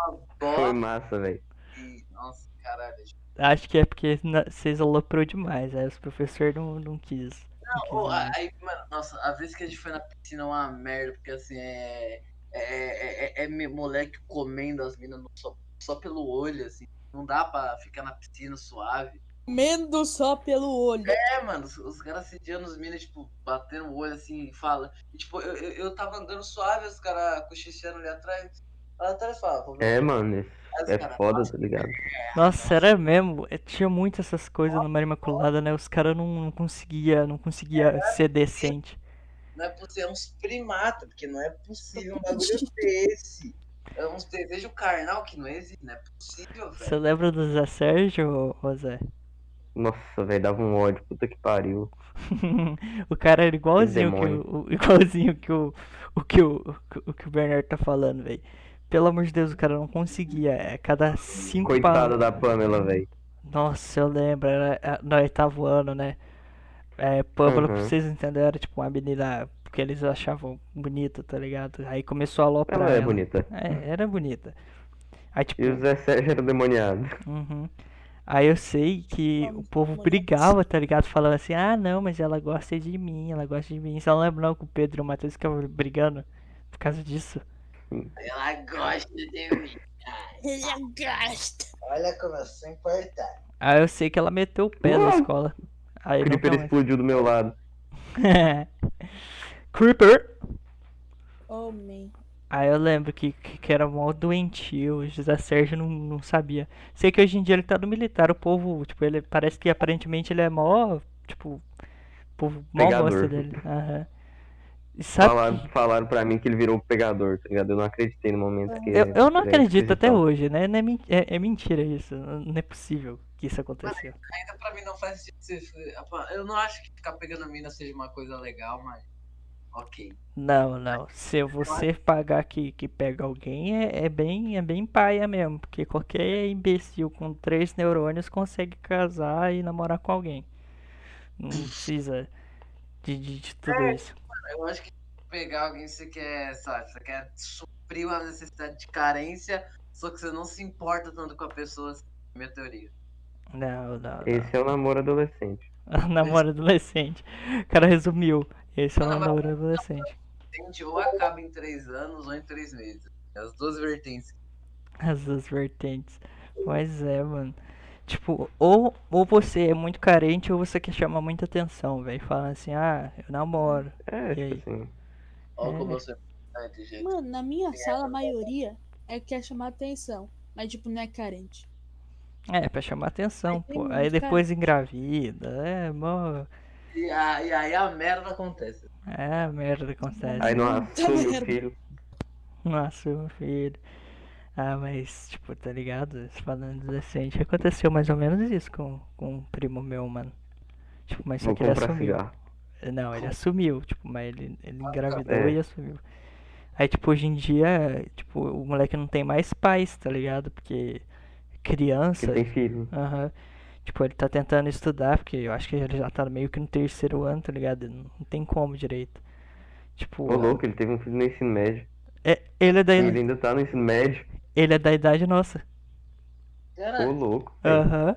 Foi Bosta, massa, velho. e, nossa, caralho. Acho que é porque na- vocês aloprou demais. Aí os professores não, não quis. Não, Pô, quis a- aí, mano, nossa, a vez que a gente foi na piscina é uma merda, porque assim, é. É, é, é- é me- moleque comendo as minas no- só, só pelo olho, assim. Não dá pra ficar na piscina suave. Comendo só pelo olho. É, mano, os, os caras sediando os minas, tipo, batendo o olho assim, e fala. E, tipo, eu, eu, eu tava andando suave, os caras cochichando ali atrás. Lá atrás fala, pô, É, mano, isso aí os é cara, foda, nossa, tá ligado? Nossa, era mesmo. É, Tinha muito essas coisas na Maria Imaculada, né? Os caras não, não conseguia, não conseguia ser decente. Não é possível, é uns primatas, porque não é possível um bagulho desse. É uns desejo carnal que não existe, não é possível, velho. Você lembra do Zé Sérgio, ô, ô Zé? Nossa, velho, dava um ódio. Puta que pariu. o cara era igualzinho que demônio. o, o- igualzinho que o, o que o, o que o Bernardo tá falando, velho. Pelo amor de Deus, o cara não conseguia. É cada cinco Coitada pala- da Pamela, velho. Nossa, eu lembro, era é, no oitavo ano, né? É, Pâmela, pra Uhum. vocês entenderem, era tipo uma menina que eles achavam bonita, tá ligado? Aí começou a aloprar Ela é ela. bonita. É, era bonita. Aí, tipo, E o Zé Sérgio era demoniado. Uhum. Aí eu sei que o Vamos, povo vamos brigava, tá ligado? Falava assim, ah não, mas ela gosta de mim, ela gosta de mim. Você não lembra não que o Pedro e o Matheus ficavam brigando por causa disso? Ela gosta de mim. Ele é gasta. Olha como eu sou importante. Aí eu sei que ela meteu o pé na Ah! escola. Aí O nunca Creeper explodiu do meu lado. mais. Creeper! Oh, man. Aí eu lembro que, que, que era mó doentio, o José Sérgio não, não sabia. Sei que hoje em dia ele tá no militar, o povo, tipo, ele parece que aparentemente ele é mó, tipo, o povo mó gosta Pegador. dele. Aham. E sabe Falaram, falaram pra mim que ele virou pegador, tá ligado? Eu não acreditei no momento que. Eu, eu não é, que acredito até acreditava. hoje, né? Não é, men- é- é mentira isso. Não é possível que isso aconteceu. Ainda pra mim não faz sentido. Eu não acho que ficar pegando mina seja uma coisa legal, mas. Ok. Não, não. Se você pagar que, que pega alguém, é, é bem, é bem paia mesmo. Porque qualquer imbecil com três neurônios consegue casar e namorar com alguém. Não precisa de, de- de tudo É. isso. Eu acho que pegar alguém que você quer, sabe? Você quer suprir uma necessidade de carência, só que você não se importa tanto com a pessoa, assim, minha teoria. Não, não. não. Esse é o namoro adolescente. Namoro adolescente. O cara resumiu. Esse é o Não, mas- namoro adolescente. Gente, ou acaba em três anos ou em três meses. É As duas vertentes. As duas vertentes. Pois é, mano. Tipo, ou, ou você é muito carente ou você quer chamar muita atenção, velho. Falando assim, ah, eu namoro. É, E aí? tipo assim. Olha É. como eu sou importante, gente. Mano, na minha sala, a maioria é que quer chamar atenção. Mas, tipo, não é carente. É, pra chamar atenção, Aí tem pô. muito Aí depois engravida. É, mó. E, a- e aí a merda acontece. É, merda acontece. Aí não assume merda. o filho. Nossa, meu filho. Ah, mas, tipo, tá ligado? Falando adolescente, aconteceu mais ou menos isso com, com um primo meu, mano. Tipo, mas só Vou que ele comprar assumiu. cigarro. Não, ele assumiu, tipo, mas ele, ele engravidou É. e assumiu. Aí, tipo, hoje em dia, tipo, o moleque não tem mais pais, tá ligado? Porque Que criança. tem filho. aham. Tipo, ele tá tentando estudar, porque eu acho que ele já tá meio que no terceiro ano, tá ligado? Não não tem como direito. Tipo, Ô louco, ele teve um filho no ensino médio. é- ele, é da, E Ele ainda tá no ensino médio. ele é da idade nossa. Cara, Ô louco. velho. Aham.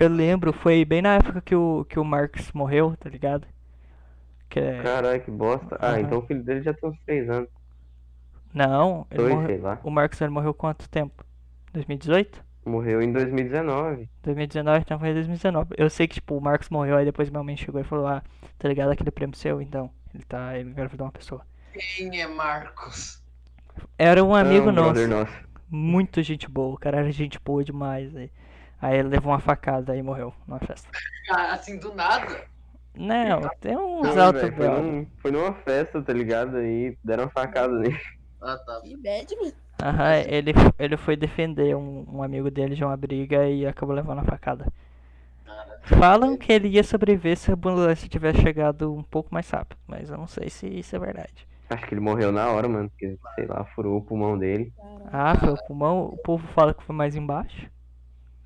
Eu lembro, foi bem na época que o, que o Marcos morreu, tá ligado? Que é- Caralho, que bosta. Ah, Aham. então o filho dele já tem uns 3 anos. Não, ele Dois, morreu- sei lá. o Marcos ele morreu quanto tempo? 2018? Morreu em 2019. 2019, então foi 2019. Eu sei que, tipo, o Marcos morreu, aí depois minha mãe chegou e falou, ah, tá ligado aquele prêmio seu, então. Ele tá, ele engravidou uma pessoa. quem é Marcos? Era um amigo Ah, um nosso. brother nosso. Muito gente boa. O cara era gente boa demais. Aí, aí ele levou uma facada e morreu numa festa. Cara, assim, do nada. Não, tem uns Não, altos velho, foi, Um brother. num, foi numa festa, tá ligado? Aí deram uma facada nele. Ah, tá. Que bad, mano. Aham, ele, ele foi defender um, um amigo dele de uma briga e acabou levando a facada. é. Falam que ele ia sobreviver se a ambulância tivesse chegado um pouco mais rápido, mas eu não sei se isso é verdade. Acho que ele morreu na hora, mano. Porque, sei lá, furou o pulmão dele. Ah, foi o pulmão, o povo fala que foi mais embaixo.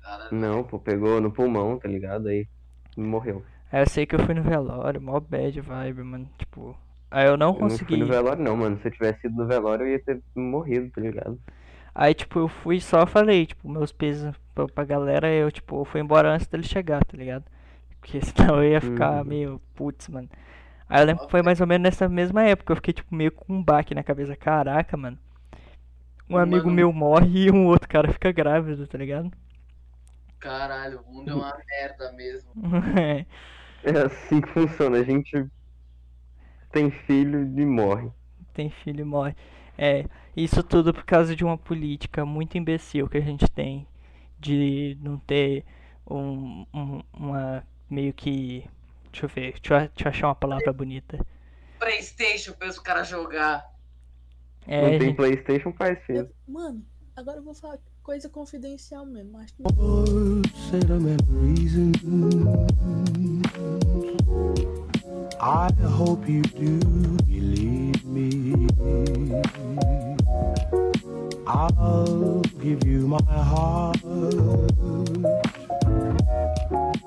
Cara, Não, pô, pegou no pulmão, tá ligado? Aí morreu. Aí eu sei que eu fui no velório, mó bad vibe, mano. Tipo, aí eu não Eu não fui consegui. no velório, não, mano. Se eu tivesse ido no velório, eu ia ter morrido, tá ligado? Aí, tipo, eu fui e só falei, tipo, meus pesos pra, pra galera, eu, tipo, eu fui embora antes dele chegar, tá ligado? Porque senão eu ia ficar Uhum. meio putz, mano. Aí eu lembro que foi mais ou menos nessa mesma época, eu fiquei, tipo, meio com um baque na cabeça. Caraca, mano. Um amigo Mano. meu morre e um outro cara fica grávido, tá ligado? Caralho, o mundo é uma merda mesmo. É assim que funciona. A gente tem filho e morre. tem filho e morre. É, isso tudo por causa de uma política muito imbecil que a gente tem de não ter um, um- uma meio que. Deixa eu ver, deixa eu, deixa eu achar uma palavra bonita. Playstation pra os caras jogar. É, não tem gente, Playstation, faz filho. Mano, agora eu vou falar coisa confidencial mesmo. Acho que for sentimental reasons. I hope you do believe me. I'll give you my heart.